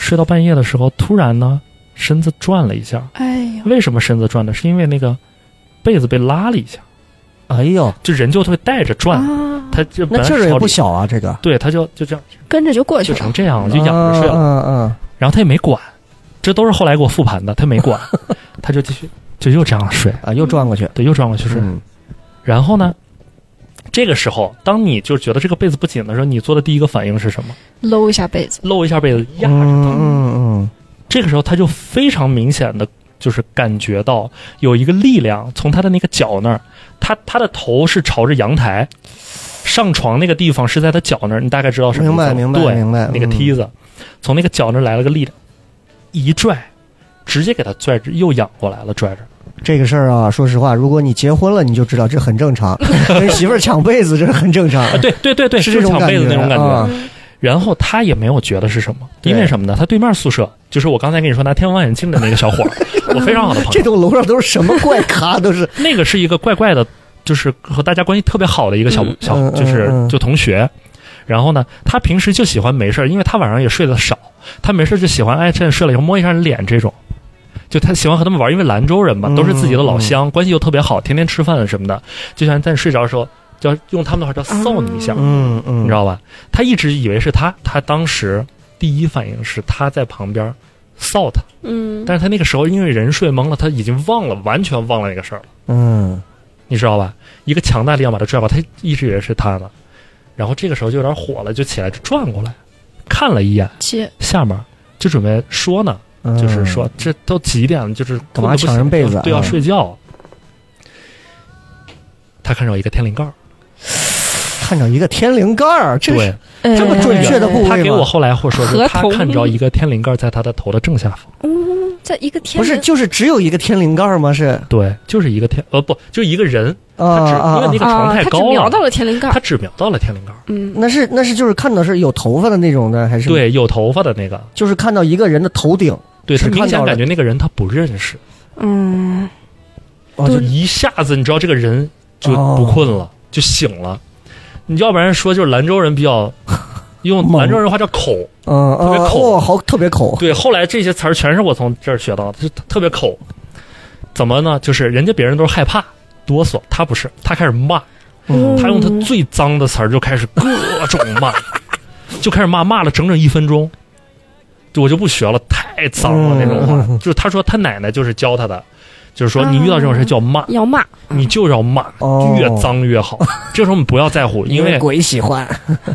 睡到半夜的时候，突然呢身子转了一下，
哎呦，
为什么身子转呢？是因为那个被子被拉了一下，
哎呦，
就人就会带着转，
啊，
他就本
那
来
劲儿也
朝
不
里，
小哎啊，这个
对，他就就这样
跟着就过去
就成
了。
这样了，就仰着睡了，
嗯
然后他也没管，这都是后来给我复盘的，他没管， <laughs> 他就继续就又这样睡，
嗯啊，又转过去，
对，又转过去睡。
嗯
然后呢，这个时候，当你就觉得这个被子不紧的时候，你做的第一个反应是什么？
搂一下被子，
搂一下被子压着。
嗯嗯
这个时候，他就非常明显的就是感觉到有一个力量从他的那个脚那儿，他他的头是朝着阳台，上床那个地方是在他脚那儿，你大概知道
嗯，
什么
明白
意思
明
吗
白嗯
对，
明白，
那个梯子，从那个脚那儿来了个力量，一拽，直接给他拽着，又仰过来了，
<laughs>
拽着。
这个事儿啊，说实话，如果你结婚了，你就知道这很
<laughs>
正常，跟媳妇儿抢被子这是很正常，
对对对对，
是
就
这种
抢
感
被
觉
子那种感觉。
啊
嗯
然后他也没有觉得是什么，
对
因为什么呢？他对面宿舍就是我刚才跟你说拿天文望远镜的那个小
<laughs>
伙儿，我非常好的朋
这
友。
栋楼上都是什么怪
<laughs>
咖，都是
那个是一个怪怪的，就是和大家关系特别好的一个小、
嗯
小
嗯，嗯
就是
嗯
就同学。然后呢，他平时就喜欢没事儿，因为他晚上也睡得少，他没事儿就喜欢哎，这睡了以后摸一下人脸这种。就他喜欢和他们玩，因为兰州人嘛，
嗯
都是自己的老乡，关系又特别好，天天吃饭什么的，就像在你睡着的时候，就要用他们的话叫
啊
臊你一下，
嗯嗯，
你知道吧？他一直以为是他，他当时第一反应是他在旁边臊他，
嗯，
但是他那个时候因为人睡懵了，他已经忘了，完全忘了那个事儿了，
嗯
你知道吧？一个强大力量把他拽跑，他一直以为是他呢，然后这个时候就有点火了，就起来就转过来，看了一眼
接
下面，就准备说呢，
嗯，
就是说这都几点了，就是
干
困得
嘛
不行
抢人被子
对，要
嗯
睡觉。他看上有一个天灵盖儿，
看着一个天灵盖儿，这
对
是，这
呃
么准确的部位吗
他给我后来或说是
合
他
同
看着一个天灵盖在他的头的正下方，
嗯，在一个天
不是就是只有一个天灵盖儿吗？是
对，就是一个天呃不，就是一个人，
啊
他只
啊，
因为那个
啊
床
啊，
太
他
高
只瞄到
了，
了天灵盖
他
儿，
只瞄到了天灵盖，
嗯，
那是那是就是看到是有头发的那种的，还是，
对，有头发的那个，
就是看到一个人的头顶，
对
是
他明
看到
显
了
感觉那个人他不认识，
嗯，
哦，
就
就哦
一下子你知道这个人
<laughs>
就不困了，就醒了，你要不然说就是兰州人比较用兰州人话叫口。
嗯
特别
嗯
口
哦，好特别口，
对，后来这些词儿全是我从这儿学到的，就特别口。怎么呢？就是人家别人都是害怕、哆嗦，他不是，他开始骂，
嗯
他用他最脏的词儿就开始各种骂， <laughs> 就开始骂，骂了整整一分钟。就我就不学了，太脏了那种话。
嗯
就是他说他奶奶就是教他的，就是说你遇到这种事叫骂，
要骂，
你就要骂，
哦
越脏越好。这时候我们不要在乎，因为
鬼喜欢，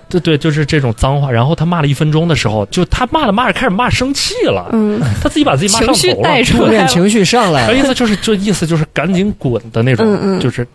对对，就是这种脏话。然后他骂了一分钟的时候，就他骂着骂着开始骂生气了，
嗯，
他自己把自己骂
情绪
上头了
带。出
负
来
面
了，
情绪上来
他
了，
意思就是，就意思就是赶紧滚的那种，
嗯嗯
就是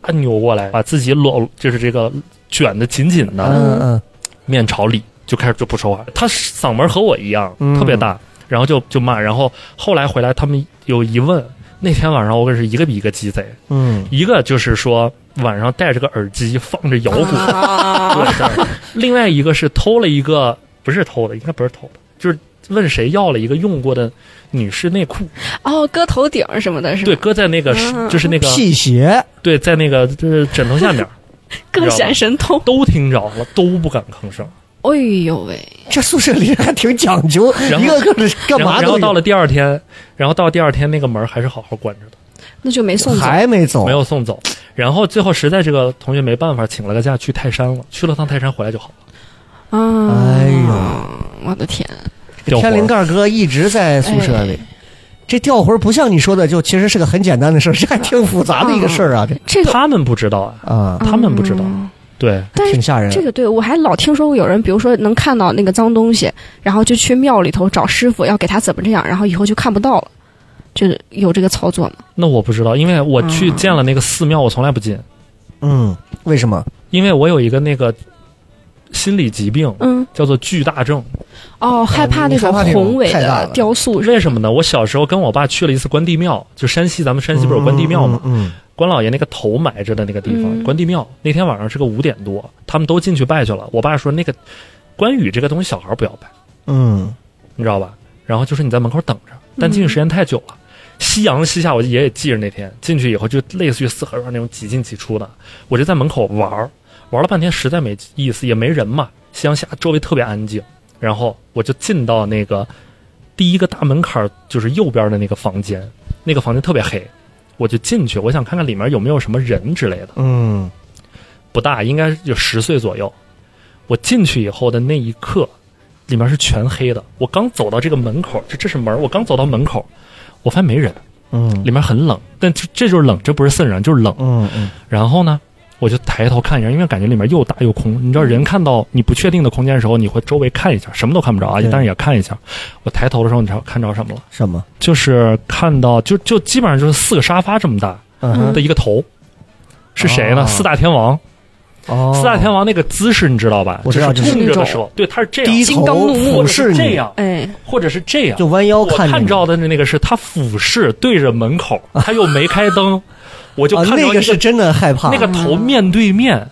嘎扭过来，把自己搂，就是这个卷的紧紧的，
嗯嗯
面朝里就开始就不说话。他嗓门和我一样
嗯
特别大，然后就就骂。然后后来回来，他们有疑问。那天晚上我可是一个比一个鸡贼，
嗯，
一个就是说晚上戴着个耳机放 <laughs> 着摇滚，
<laughs>
啊，
对对另外一个是偷了一个，不是偷的，应该不是偷的，就是问谁要了一个用过的女士内裤，
哦，搁头顶儿什么的，是
对，
吧？
搁在那个
嗯
就是那个
辟邪，
对，在那个就是枕
<laughs>
头下面，
更显神通。
都听着了，都不敢吭声。
哎呦喂，
这宿舍里还挺讲究，
然后
一个个的
然
干
后
嘛
然
都
后到
有，
了第二天，然后到第二天那个门还是好好关着的，
那就没送走。
还没走，
没有送走。然后最后实在这个同学没办法，请了个假去泰山了，去了趟泰山回来就好了。
啊！
哎
呦，我的天！
掉魂
天灵盖哥一直在宿
哎
舍里。这掉魂儿不像你说的，就其实是个很简单的事儿，这还挺复杂的一个事儿啊，这
这个
他们不知道啊，
啊，
他们不知道。对，
但是
挺吓人。
这个对我还老听说过有人，比如说能看到那个脏东西，然后就去庙里头找师傅，要给他怎么这样，然后以后就看不到了，就是有这个操作吗？
那我不知道，因为我去
嗯
见了那个寺庙，我从来不进，
嗯，为什么？
因为我有一个那个心理疾病。
嗯，
叫做巨大症，
哦，害怕那种
呃你害怕那种
宏伟
太大
的
了
雕塑，
为什么呢？我小时候跟我爸去了一次关帝庙，就山西，咱们山西不是有关帝庙吗？
嗯？
关老爷那个头埋着的那个地方，
嗯
关帝庙。那天晚上是个五点多，他们都进去拜去了。我爸说那个关羽这个东西小孩不要拜，
嗯
你知道吧？然后就说你在门口等着，但进去时间太久了。夕阳西下，我爷爷记着那天进去以后，就类似于四合院那种几进几出的，我就在门口玩儿，玩了半天实在没意思，也没人嘛。夕阳下周围特别安静，然后我就进到那个第一个大门槛儿，就是右边的那个房间，那个房间特别黑，我就进去，我想看看里面有没有什么人之类的。
嗯
不大，应该有十岁左右。我进去以后的那一刻，里面是全黑的。我刚走到这个门口，这这是门儿，我刚走到门口，我发现没人，
嗯
里面很冷。但这这就是冷，这不是瘆人，就是冷。
嗯嗯
然后呢，我就抬头看一下，因为感觉里面又大又空。你知道，
嗯
人看到你不确定的空间的时候，你会周围看一下，什么都看不着啊，
对
但是也看一下。我抬头的时候，你知道看着什么了？
什么？
就是看到，就就基本上就是四个沙发这么大
嗯哼
的一个头，是谁呢？
哦
四大天王。
哦，
四大天王那个姿势你知道吧？
我知道
就
就是是
供
那
着的
种
时候，对，他是这
低
样，
头俯
或者是
视
这
你，
样，
哎，
或者是这样。
就弯腰
我看
你
着的那个是他俯视对着门口，
<laughs>
他又没开灯，我就
啊，
看着一
那
个
个是啊真的害怕。
那个头面对面，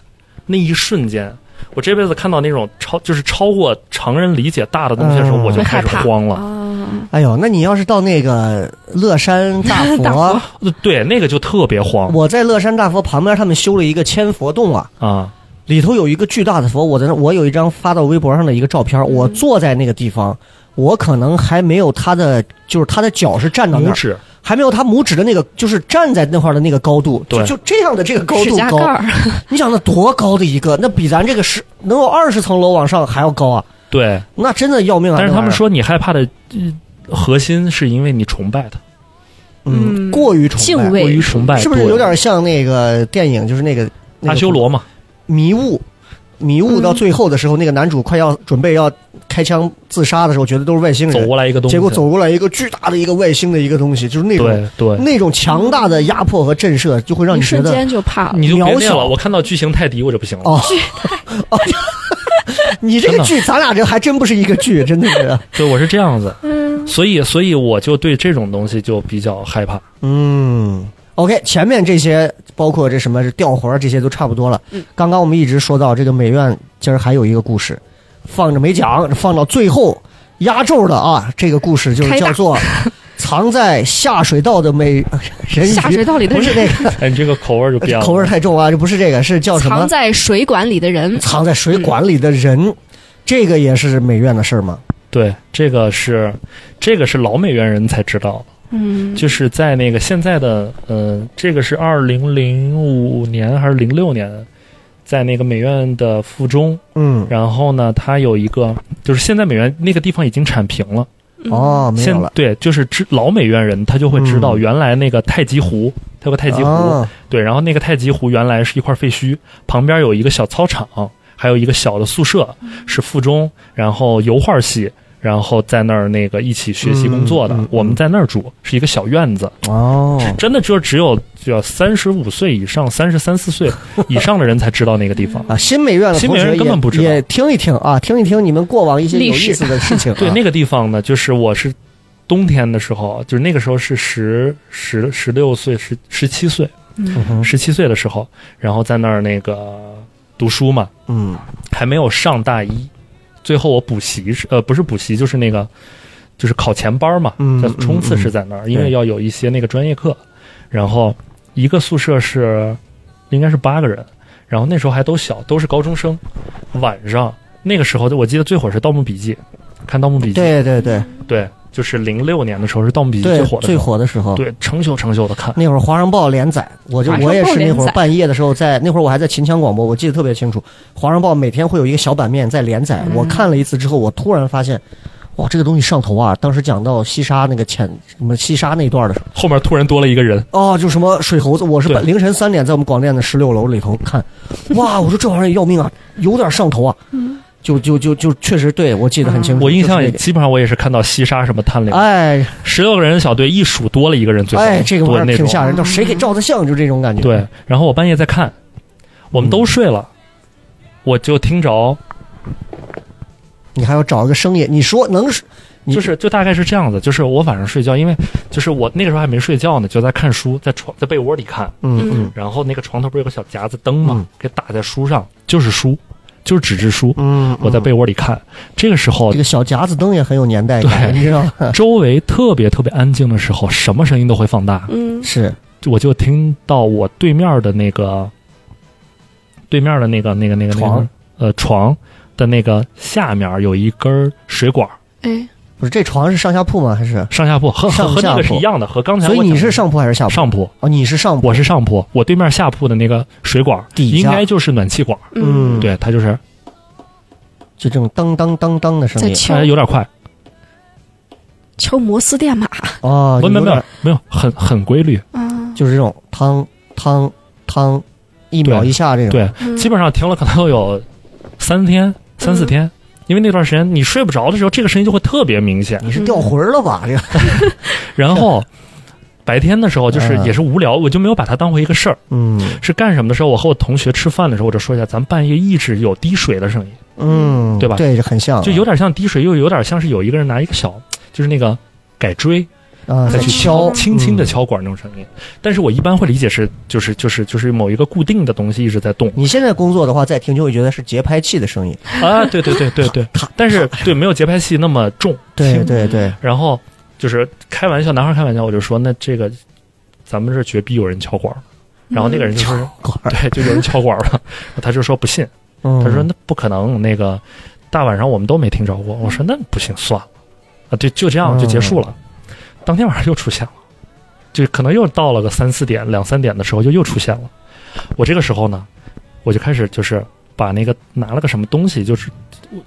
那一瞬间，我这辈子看到那种超就是超过常人理解大的东西的时候，
嗯
我就开始
会害怕
慌了。
啊，
哎呦，那你要是到那个乐山
<laughs>
大
大
佛
佛，
呃对，那个就特别慌
我在乐山大佛旁边，他们修了一个千佛洞啊，
啊！
里头有一个巨大的佛，我在那，我有一张发到微博上的一个照片，我
嗯
坐在那个地方，我可能还没有他的，就是他的脚是站到那
拇
儿，
指
还没有他拇指的那个，就是站在那块儿的那个高度，就
对
就这样的这个高
指
度
甲盖
高，
儿，
你想那多高的一个，那比咱这个十能有二十层楼往上还要高啊，
对，
那真的要命啊！
但是
那
他
玩意
们
儿，
说你害怕的呃核心是因为你崇拜他，
嗯，
嗯
过于崇拜，
敬畏
过于崇拜，
是不是
哎对
有点像那个电影，就是那个、那个
阿修罗嘛？
迷雾？迷雾到
嗯
最后的时候，那个男主快要准备要开枪自杀的时候，觉得都是外星
走
人，
过来一个东西，
嗯结果走过来一个巨大的一个外星的一个东西，就是那种
对对，
那种强大的压迫和震慑，就会让
一
你觉
瞬
得
间就怕了。
你就别
渺
那
小
了。我看到巨型泰迪我就不行了。
哦，哦，你这
真
个
的
剧，咱俩这还真不是一个剧，真的是，
对，我是这样子，
嗯，
所以所以我就对这种东西就比较害怕。
嗯。OK，前面这些包括这什么吊环儿这些都差不多了。
嗯
刚刚我们一直说到这个美院，今儿还有一个故事，放着没讲，放到最后压轴的啊，这个故事就是
开大
叫
<laughs>
做藏在下水道的美呃人鱼，
下水道里的
不是
人，
那个
哎，你这个口味儿就变了，
口味儿太重啊，这不是这个，是叫什么
藏？在水管里的人，
藏在水管里的人。这个也是美院的事儿吗？
对，这个是这个是老美元人才知道，
嗯，
就是在那个现在的呃，这个是二零零五年还是零六年，在那个美院的附中，
嗯，
然后呢，它有一个就是现在美元那个地方已经铲平了，
嗯
哦，没
现
有了。
对，就是知老美院人他就会知道
嗯
原来那个太极湖，它有个太极湖，
啊
对，然后那个太极湖原来是一块废墟，旁边有一个小操场，还有一个小的宿舍，是附中，然后油画系，然后在那儿那个一起学习工作的。
嗯嗯嗯
我们在那儿住，是一个小院子，
哦，
真的就只有就要三十五岁以上、三十三四岁以上的人才知道那个地
<laughs>
方。
啊，新美院的
新
同
美
学
院根
也
本不知道
也听一听啊，听一听你们过往一些有
历史
意思的事情啊。
对，那个地方呢，就是我是冬天的时候，就是那个时候是十十十六岁、十十七岁、
嗯哼
十七岁的时候，然后在那儿那个读书嘛，
嗯
还没有上大一，最后我补习是呃不是补习就是那个就是考前班嘛，
嗯
在冲刺是在那儿，因为要有一些那个专业课，然后一个宿舍是应该是八个人，然后那时候还都小，都是高中生，晚上那个时候我记得最火是《盗墓笔记》，看《盗墓笔记》
对对对
对，就是零六年的时候是《盗墓笔记》
对
最火，的
最
时候，
火的时候，
对，成宿成宿的看，
那会儿《华商报》连载，我就
华商
我也是
报
那会
连
儿
载
半夜的时候在，那会儿我还在秦腔广播，我记得特别清楚，《华商报》每天会有一个小版面在连载。
嗯
我看了一次之后，我突然发现，哇，这个东西上头啊！当时讲到西沙那个潜什么西沙那一段的时候，
后面突然多了一个人，
哦，就什么水猴子，我是
对
半凌晨三点在我们广电的十六楼里头
<laughs>
看，哇，我说这玩意儿要命啊，有点上头啊，就就就就确实对我记得很清
嗯
楚，
我印象
嗯就是
也
那个
基本上我也是看到西沙什么探里面。
哎
十六个人的小队一数多了一个人最后，
哎，这个
多
玩意
那
儿挺
种
吓人，叫谁给照的相，就这种感觉。
对，然后我半夜在看，我们都睡了，我就听着，
你还要找一个声音，你说能是你
就是就大概是这样子，就是我晚上睡觉，因为就是我那个时候还没睡觉呢，就在看书，在床在被窝里看，
嗯嗯
然后那个床头不是有个小夹子灯嘛，
嗯
给打在书上，就是书，就是纸质书，
嗯，
我在被窝里看，这个时候
这个小夹子灯也很有年代感，
对
你知
<laughs>
道吗？
周围特别特别安静的时候，什么声音都会放大，
嗯，
是
我就听到我对面的那个，对面的那个那个那个那
床
个呃床的那个下面有一根水管，
哎，
不是这床是上下铺吗？还是？
上下铺和和
上
和
下
那个
铺
是一样的，和刚才
所以
我讲
你
的
是上铺还是下铺？
上铺，
哦，你是上铺
我是上铺，我对面下铺的那个水管
底
应
下
该就是暖气管，
嗯
对，它就是
就这种当当当当的声
在
音
敲
呃它有点快，
敲摩斯电码
哦，
没有没有
有
没
点
有没有很很规律，
啊，
就是这种汤汤汤，一秒
对
一下这种。
对，
嗯
基本上停了可能有三天三四天。因为那段时间你睡不着的时候，这个声音就会特别明显。
你是掉魂儿了吧？
嗯
这个
然
<laughs>
后白天的时候，就是
嗯
也是无聊，我就没有把它当回一个事儿。
嗯
是干什么的时候，我和我同学吃饭的时候，我就说一下，咱半夜一直有滴水的声音，
嗯，
对吧
对，这很像，
就有点像滴水，又有点像是有一个人拿一个小，就是那个改锥
啊，
再
在
去
敲，
轻轻的
嗯。
敲管那种声音。但是我一般会理解是，就是就是就是某一个固定的东西一直在动
你现在工作的话，再听就会觉得是节拍器的声音。
啊，对对对对
<laughs>
对，但是对没有节拍器那么重，
对
轻
对对，
然后就是开玩笑，男孩开玩笑，我就说那这个咱们这儿绝逼有人敲管儿，然后那个人就说、
管
<laughs>
儿
对，就有人敲管儿了，他就说不信，
嗯
他说那不可能，那个大晚上我们都没听着过。我说那不行，算了，啊，对，就这样就结束了。当天晚上又出现了，就可能又到了个三四点、两三点的时候，就又出现了。我这个时候呢，我就开始就是把那个拿了个什么东西，就是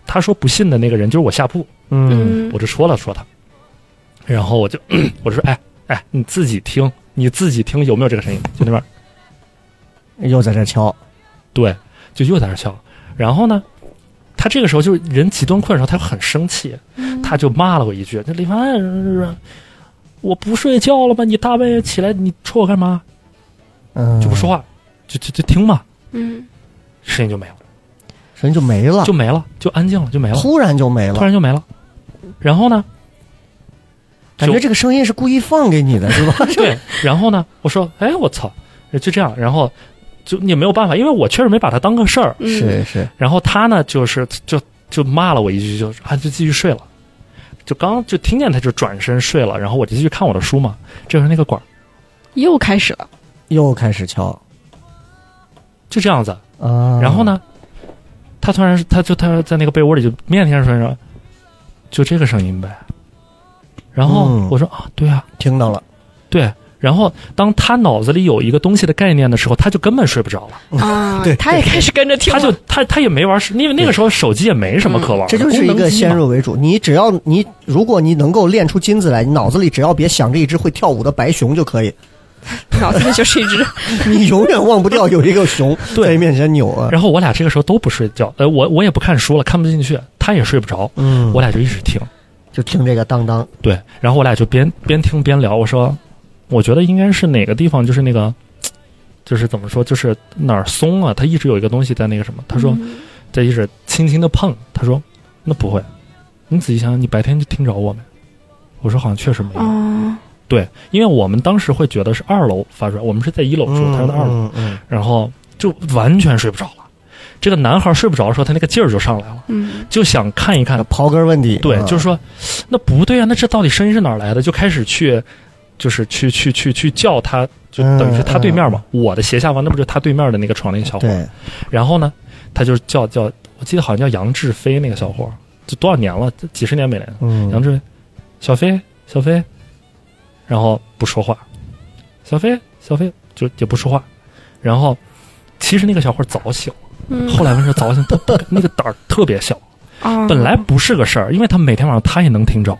他说不信的那个人就是我下铺，
嗯
我就说了说他，然后我就 <clears throat> 我就说哎哎，你自己听，你自己听有没有这个声音？就那边
又在这敲，
对，就又在那儿笑。然后呢，他这个时候就是人极端困扰，他很生气，他就骂了我一句：“那李凡，我不睡觉了吗？你大半夜起来，你戳我干嘛？
嗯，
就不说，话，就就就听嘛。
嗯”
声音就没了，
声音就没了，
就没了，就安静了，就没了，
突然就没了
突。然就没了。然后呢，
感觉这个声音是故意放给你的，是
<laughs>
吧？
对，然后呢，我说：“哎，我操！”就这样，然后就也没有办法，因为我确实没把它当个事儿，
嗯
是是，
然后他呢，就是就就骂了我一句，就是啊，就继续睡了。就刚就听见他就转身睡了，然后我就继续看我的书嘛。这时候那个管儿
又开始了，
又开始敲
就这样子，
啊。
然后？呢，他突然他就他在那个被窝里就面天说说，就这个声音呗。然后
嗯
我说啊，对啊，
听到了，
对。啊然后当他脑子里有一个东西的概念的时候，他就根本睡不着了。 <laughs>
啊
对，
他也开始跟着听
他
了，
就他他也没玩手，因为那个时候手机也没什么可玩的，
这就是
功
一
能
个
机嘛
先入为主。你只要你，如果你能够练出金子来，你脑子里只要别想着一只会跳舞的白熊就可以， <laughs>
脑子里就是一只，
你永远忘不掉有一个熊
<laughs> 对
在你面前扭啊。
然后我俩这个时候都不睡觉，呃，我我也不看书了，看不进去，他也睡不着，
嗯，
我俩就一直听。
就听这个当当，
对，然后我俩就边边听边聊。我说，我觉得应该是哪个地方，就是那个，就是怎么说，就是哪儿松啊，他一直有一个东西在那个什么。 <laughs> 他
嗯
说，在一直轻轻的碰。他说，那不会，你仔细想想，你白天就听着我没？我说好像确实没有，
嗯
哦，
对，因为我们当时会觉得是二楼发出来，我们是在一楼住，他是在二楼，
嗯嗯
然后就完全睡不着了。这个男孩睡不着的时候，他那个劲儿就上来了，
嗯，
就想看一看
嗯，刨根问底，
对，
嗯
就是说，那不对啊，那这到底声音是哪儿来的？就开始去，就是去去去去叫他，
嗯
就等于是他对面嗯嘛，我的斜下方，那不就是他对面的那个床那个小伙？
对，
然后呢，他就叫叫，我记得好像叫杨志飞那个小伙，就多少年了，几十年没来了。杨
嗯，
志飞，小飞，小飞，然后不说话，小飞，小飞就也不说话，然后其实那个小伙早醒了，后来问说早醒，他不那个胆儿特别小，
嗯
嗯
哦
本来不是个事儿，因为他每天晚上他也能听着。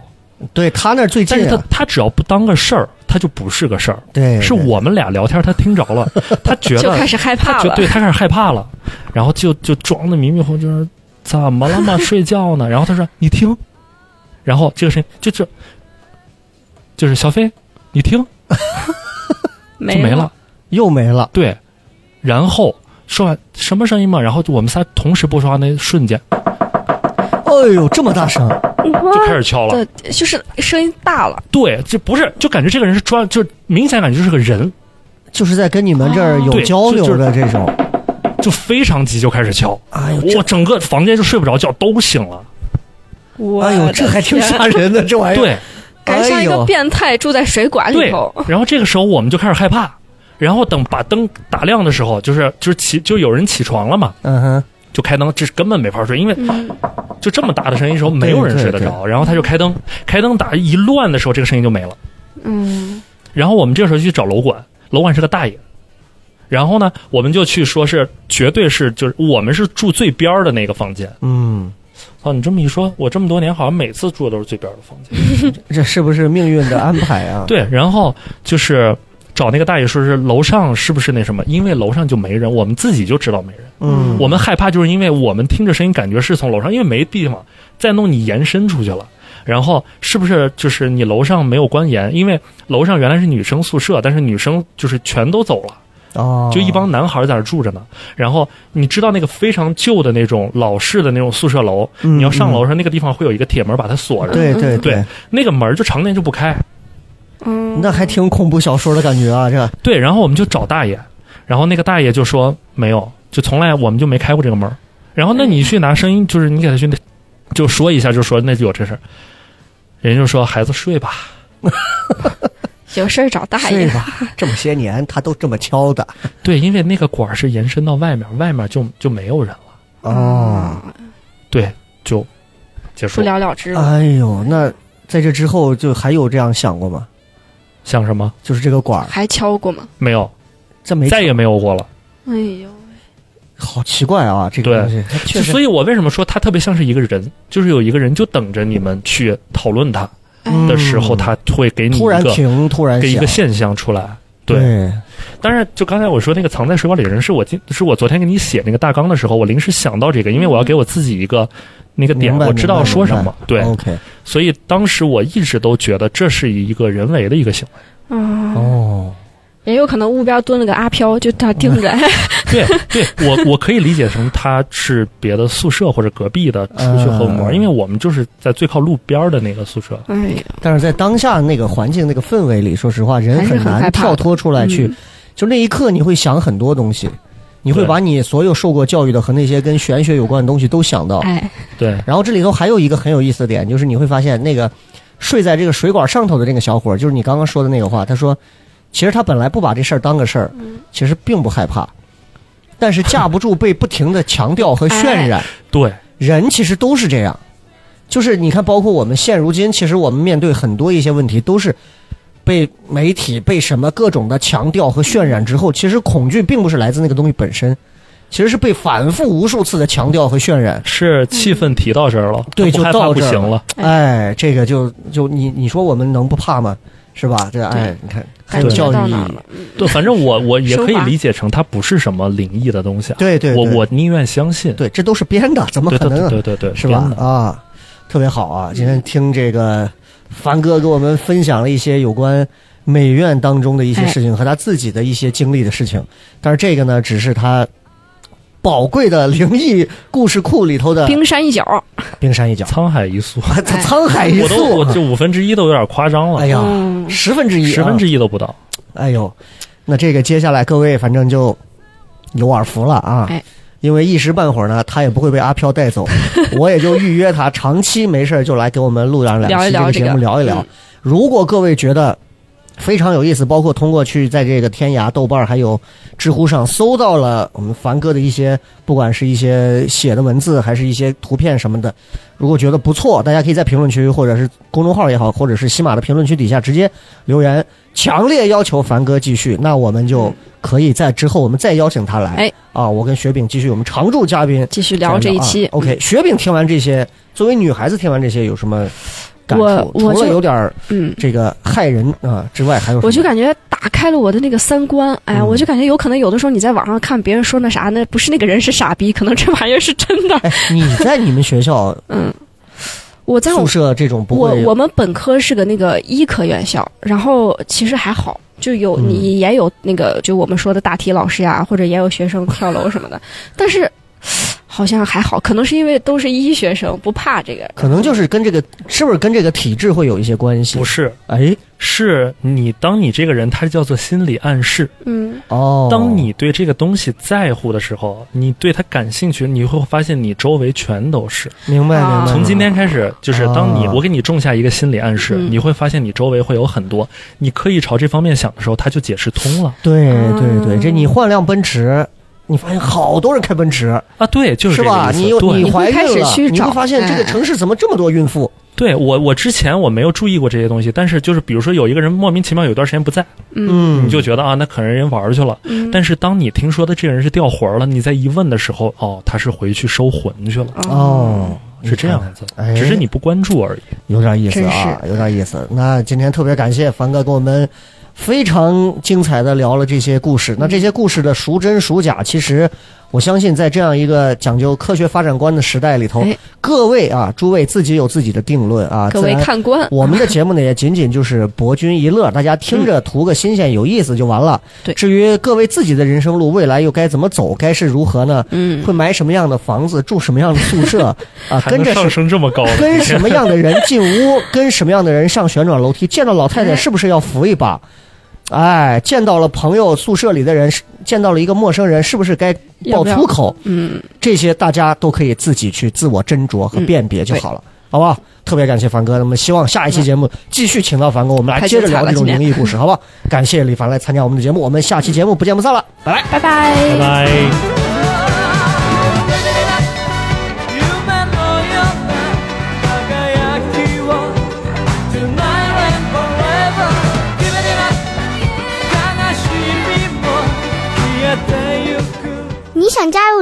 对他那儿最
但是
近
他
啊，
他只要不当个事儿，他就不是个事儿。
对，
是
对
我们俩聊天，他听着
<laughs>
了，他觉
就开
得
始害
他
怕
就
了。
对他开始害怕了，然后就就装的迷迷糊糊，就是怎么了嘛，睡觉呢？然后他说你听，然后这个声音就就就是小飞，你听就
没
没
了
了，
又没了，
对，然后。说完什么声音嘛？然后就我们仨同时不说话那瞬间
哎呦，这么大声，
就开始敲了。
啊
的就是声音大了，
对，就不是，就感觉这个人是专，就明显感觉就是个人，
就是在跟你们这儿有
啊对
交流
就
的这种，
就非常急就开始敲。
哎呦，这
我整个房间就睡不着觉，都醒了。
我
哎呦，这还挺吓人的，这玩意儿。
啊对
感觉像一
哎
个
呦
变态住在水管里
对
头，，
然后这个时候我们就开始害怕，然后等把灯打亮的时候，就是就是起就有人起床了嘛，
嗯哼，
就开灯，这是根本没法睡，因为就这么大的声音的时候没有人睡得
对
着。然后他就开灯，开灯打一乱的时候，这个声音就没了。
嗯，
然后我们这个时候就去找楼管，楼管是个大爷。然后呢，我们就去说是绝对是就是我们是住最边儿的那个房间。
嗯，
啊，你这么一说，我这么多年好像每次住的都是最边儿的房间。
这是不是命运的安排啊？
对，然后就是找那个大爷说是楼上是不是那什么？因为楼上就没人，我们自己就知道没人。
嗯，
我们害怕就是因为我们听着声音感觉是从楼上，因为没地方再弄你延伸出去了。然后是不是就是你楼上没有关严？因为楼上原来是女生宿舍，但是女生就是全都走了，
哦，
就一帮男孩在那儿住着呢。然后你知道那个非常旧的那种老式的那种宿舍楼，
嗯
你要上楼的时候，那个地方会有一个铁门把它锁着，
对对
对，那个门儿就常年就不开。
嗯，
那还挺恐怖小说的感觉啊，这
对，然后我们就找大爷，然后那个大爷就说没有，就从来我们就没开过这个门儿。然后那你去拿声音，就是你给他去那，就说一下，就说那就有这事儿。人家就说孩子睡吧，
有事儿找大
睡
爷，
吧，这么些年他都这么敲的
对，因为那个管儿是延伸到外面，外面就就没有人了，
哦，
对，就结束
嗯不。了了之
啊
了。
哎呦，那在这之后就还有这样想过吗？
像什么
就是这个管儿，
还敲过吗？
没有，
这没
再也没有过了。
哎呦，
好奇怪啊，这个
对
东西它确
就
实
所以，我为什么说他特别像是一个人，就是有一个人就等着你们去讨论他
嗯
的时候，他会给你一
突然
个
停，突然
给一个
响
现象出来。对，
对，
当然，就刚才我说那个藏在水管里的人，是我今是我昨天给你写那个大纲的时候，我临时想到这个，因为我要给我自己一个那个点
明，白
我知道说什
明
么
白。哦
对，
，OK，
所以当时我一直都觉得这是一个人为的一个行为。
啊，
哦，
也有可能屋边蹲了个阿飘，就他盯着，
对，对我我可以理解成他是别的宿舍或者隔壁的出去和我们玩，
嗯
因为我们就是在最靠路边的那个宿舍。
哎 <laughs> 呦，
但是在当下那个环境、那个氛围里，说实话，人
还是很害
难
怕的嗯
跳脱出来去。就那一刻，你会想很多东西，你会
对
把你所有受过教育的和那些跟玄学有关的东西都想到。
哎，
对，
然后这里头还有一个很有意思的点，就是你会发现那个睡在这个水管上头的那个小伙儿，就是你刚刚说
嗯
的那个话，他说，其实他本来不把这事儿当个事儿，其实并不害怕。但是架不住被不停的强调和渲
哎
染。
对，
人其实都是这样，就是你看，包括我们现如今，其实我们面对很多一些问题，都是被媒体、被什么各种的强调和渲染之后，其实恐惧并不是来自那个东西本身，其实是被反复无数次的强调和渲染。
是气氛提到这儿了，
嗯对
不害
就
怕
到
不
这儿
行了，
哎，这个就就你你说我们能不怕吗？是吧？这哎，你看还有
感觉
教
到
育意
哪
义
儿，了？
对，反正我我也
升
可以
华
理解成它不是什么灵异的东西啊，
对对，
我
对
我宁愿相信，
对，这都是编的，怎么
对
可
对
能啊？
对对对对，
是吧
真？的嗯
啊，特别好啊！今天听这个凡哥给我们分享了一些有关美院当中的一
哎
些事情和他自己的一些经历的事情，但是这个呢，只是他宝贵的灵异故事库里头的
冰山一角，
冰山一角，
沧海一
<laughs>
粟，
啊他沧海一
哎我都
粟
我
啊
这。五分之一都有点夸张了
哎，呀，
嗯，
十分之一，啊
十分之
一，
一都不到。
哎呦，那这个接下来各位反正就有耳福了啊
哎。
因为一时半会儿呢，他也不会被阿飘带
<laughs>
走，我也就预约他长期没事儿就来给我们录上两
聊一
期
聊
个
这个嗯
节目，聊一聊。如果各位觉得非常有意思，包括通过去在这个天涯、豆瓣儿还有知乎上搜到了我们凡哥的一些，不管是一些写的文字，还是一些图片什么的，如果觉得不错，大家可以在评论区或者是公众号也好，或者是喜马的评论区底下直接留言，强烈要求凡哥继续，那我们就可以在之后我们再邀请他来。
哎
啊，我跟雪饼继续我们常驻嘉宾
继续聊这一期
啊。OK，雪饼听完这些，作为女孩子听完这些有什么感触？
我我
除了
就
有点儿
嗯，
这个害人啊之外，还有什么
我就感觉打开了我的那个三观，哎呀，
嗯
我就感觉有可能有的时候你在网上看别人说那啥，那不是那个人是傻逼，可能这玩意儿是真的。
<laughs> 哎，你在你们学校
嗯，我 <laughs> 在我
宿舍这种不
我
会有
我们本科是个那个医科院校，然后其实还好，就有
嗯
你也有那个就我们说的大体老师呀，或者也有学生跳楼什么的，但是好像还好，可能是因为都是医学生，不怕这个。
可能就是跟这个是不是跟这个体质会有一些关系？
不，是，
哎，
是你当你这个人，他叫做心理暗示。
嗯，
哦，
当你对这个东西在乎的时候，你对它感兴趣，你会发现你周围全都是。
明白明白
啊
明白，
从今天开始，就是当你
啊
我给你种下一个心理暗示，
嗯
你会发现你周围会有很多。你刻意朝这方面想的时候，它就解释通了
对
啊
对对，这
嗯
你换辆奔驰。你发现好多人开奔驰，
啊。对，就是这个
吧？
意思。
你有
对
你怀
你会开
孕
始
了，
去
你
找
会发现这个
哎
城市怎么这么多孕妇？
对我我之前我没有注意过这些东西，但是就是比如说有一个人莫名其妙有段时间不在，
嗯，
你就觉得啊，那可能人玩去了。
嗯
但是当你听说的这个人是掉魂儿了，你再一问的时候，哦，他是回去收魂去了，
哦，
嗯是这
你看
样
看，
子
哎，
只是你不关注而已。
有点意思
真
啊，
是
有点意思。那今天特别感谢凡哥跟我们非常精彩的聊了这些故事。
嗯
那这些故事的孰真孰假，其实我相信在这样一个讲究科学发展观的时代里头
哎，
各位啊，诸位自己有自己的定论啊。
各
自
位
然
看官，
我们的节目呢，也仅仅就是博君一乐，大家听着图个新鲜、有意思就完了。
对
至于各位自己的人生路，未来又该怎么走，该是如何呢？
嗯，
会买什么样的房子，住什么样的宿舍啊？
还
跟
能
着
上
什
升这么高，
跟什
<laughs>
么样的人进屋，跟什么样的人上旋转楼梯，见到老太太是不是要扶一把？哎，见到了朋友宿舍里的人，见到了一个陌生人，是不是该爆
要不要
粗口？
嗯，
这些大家都可以自己去自我斟酌和辨别就
嗯
好了，好不好？特别感谢凡哥，那么希望下一期节目继续请到凡哥，我们来
太
接着
精彩
聊
了
这种
今
灵
天
异故事，好不好？感谢李凡来参加我们的节目，我们下期节目不见不散了，拜拜。
拜拜。
拜拜。
夢のような輝きを Tonight and forever Give it up 悲しみも消えてゆく
你想加入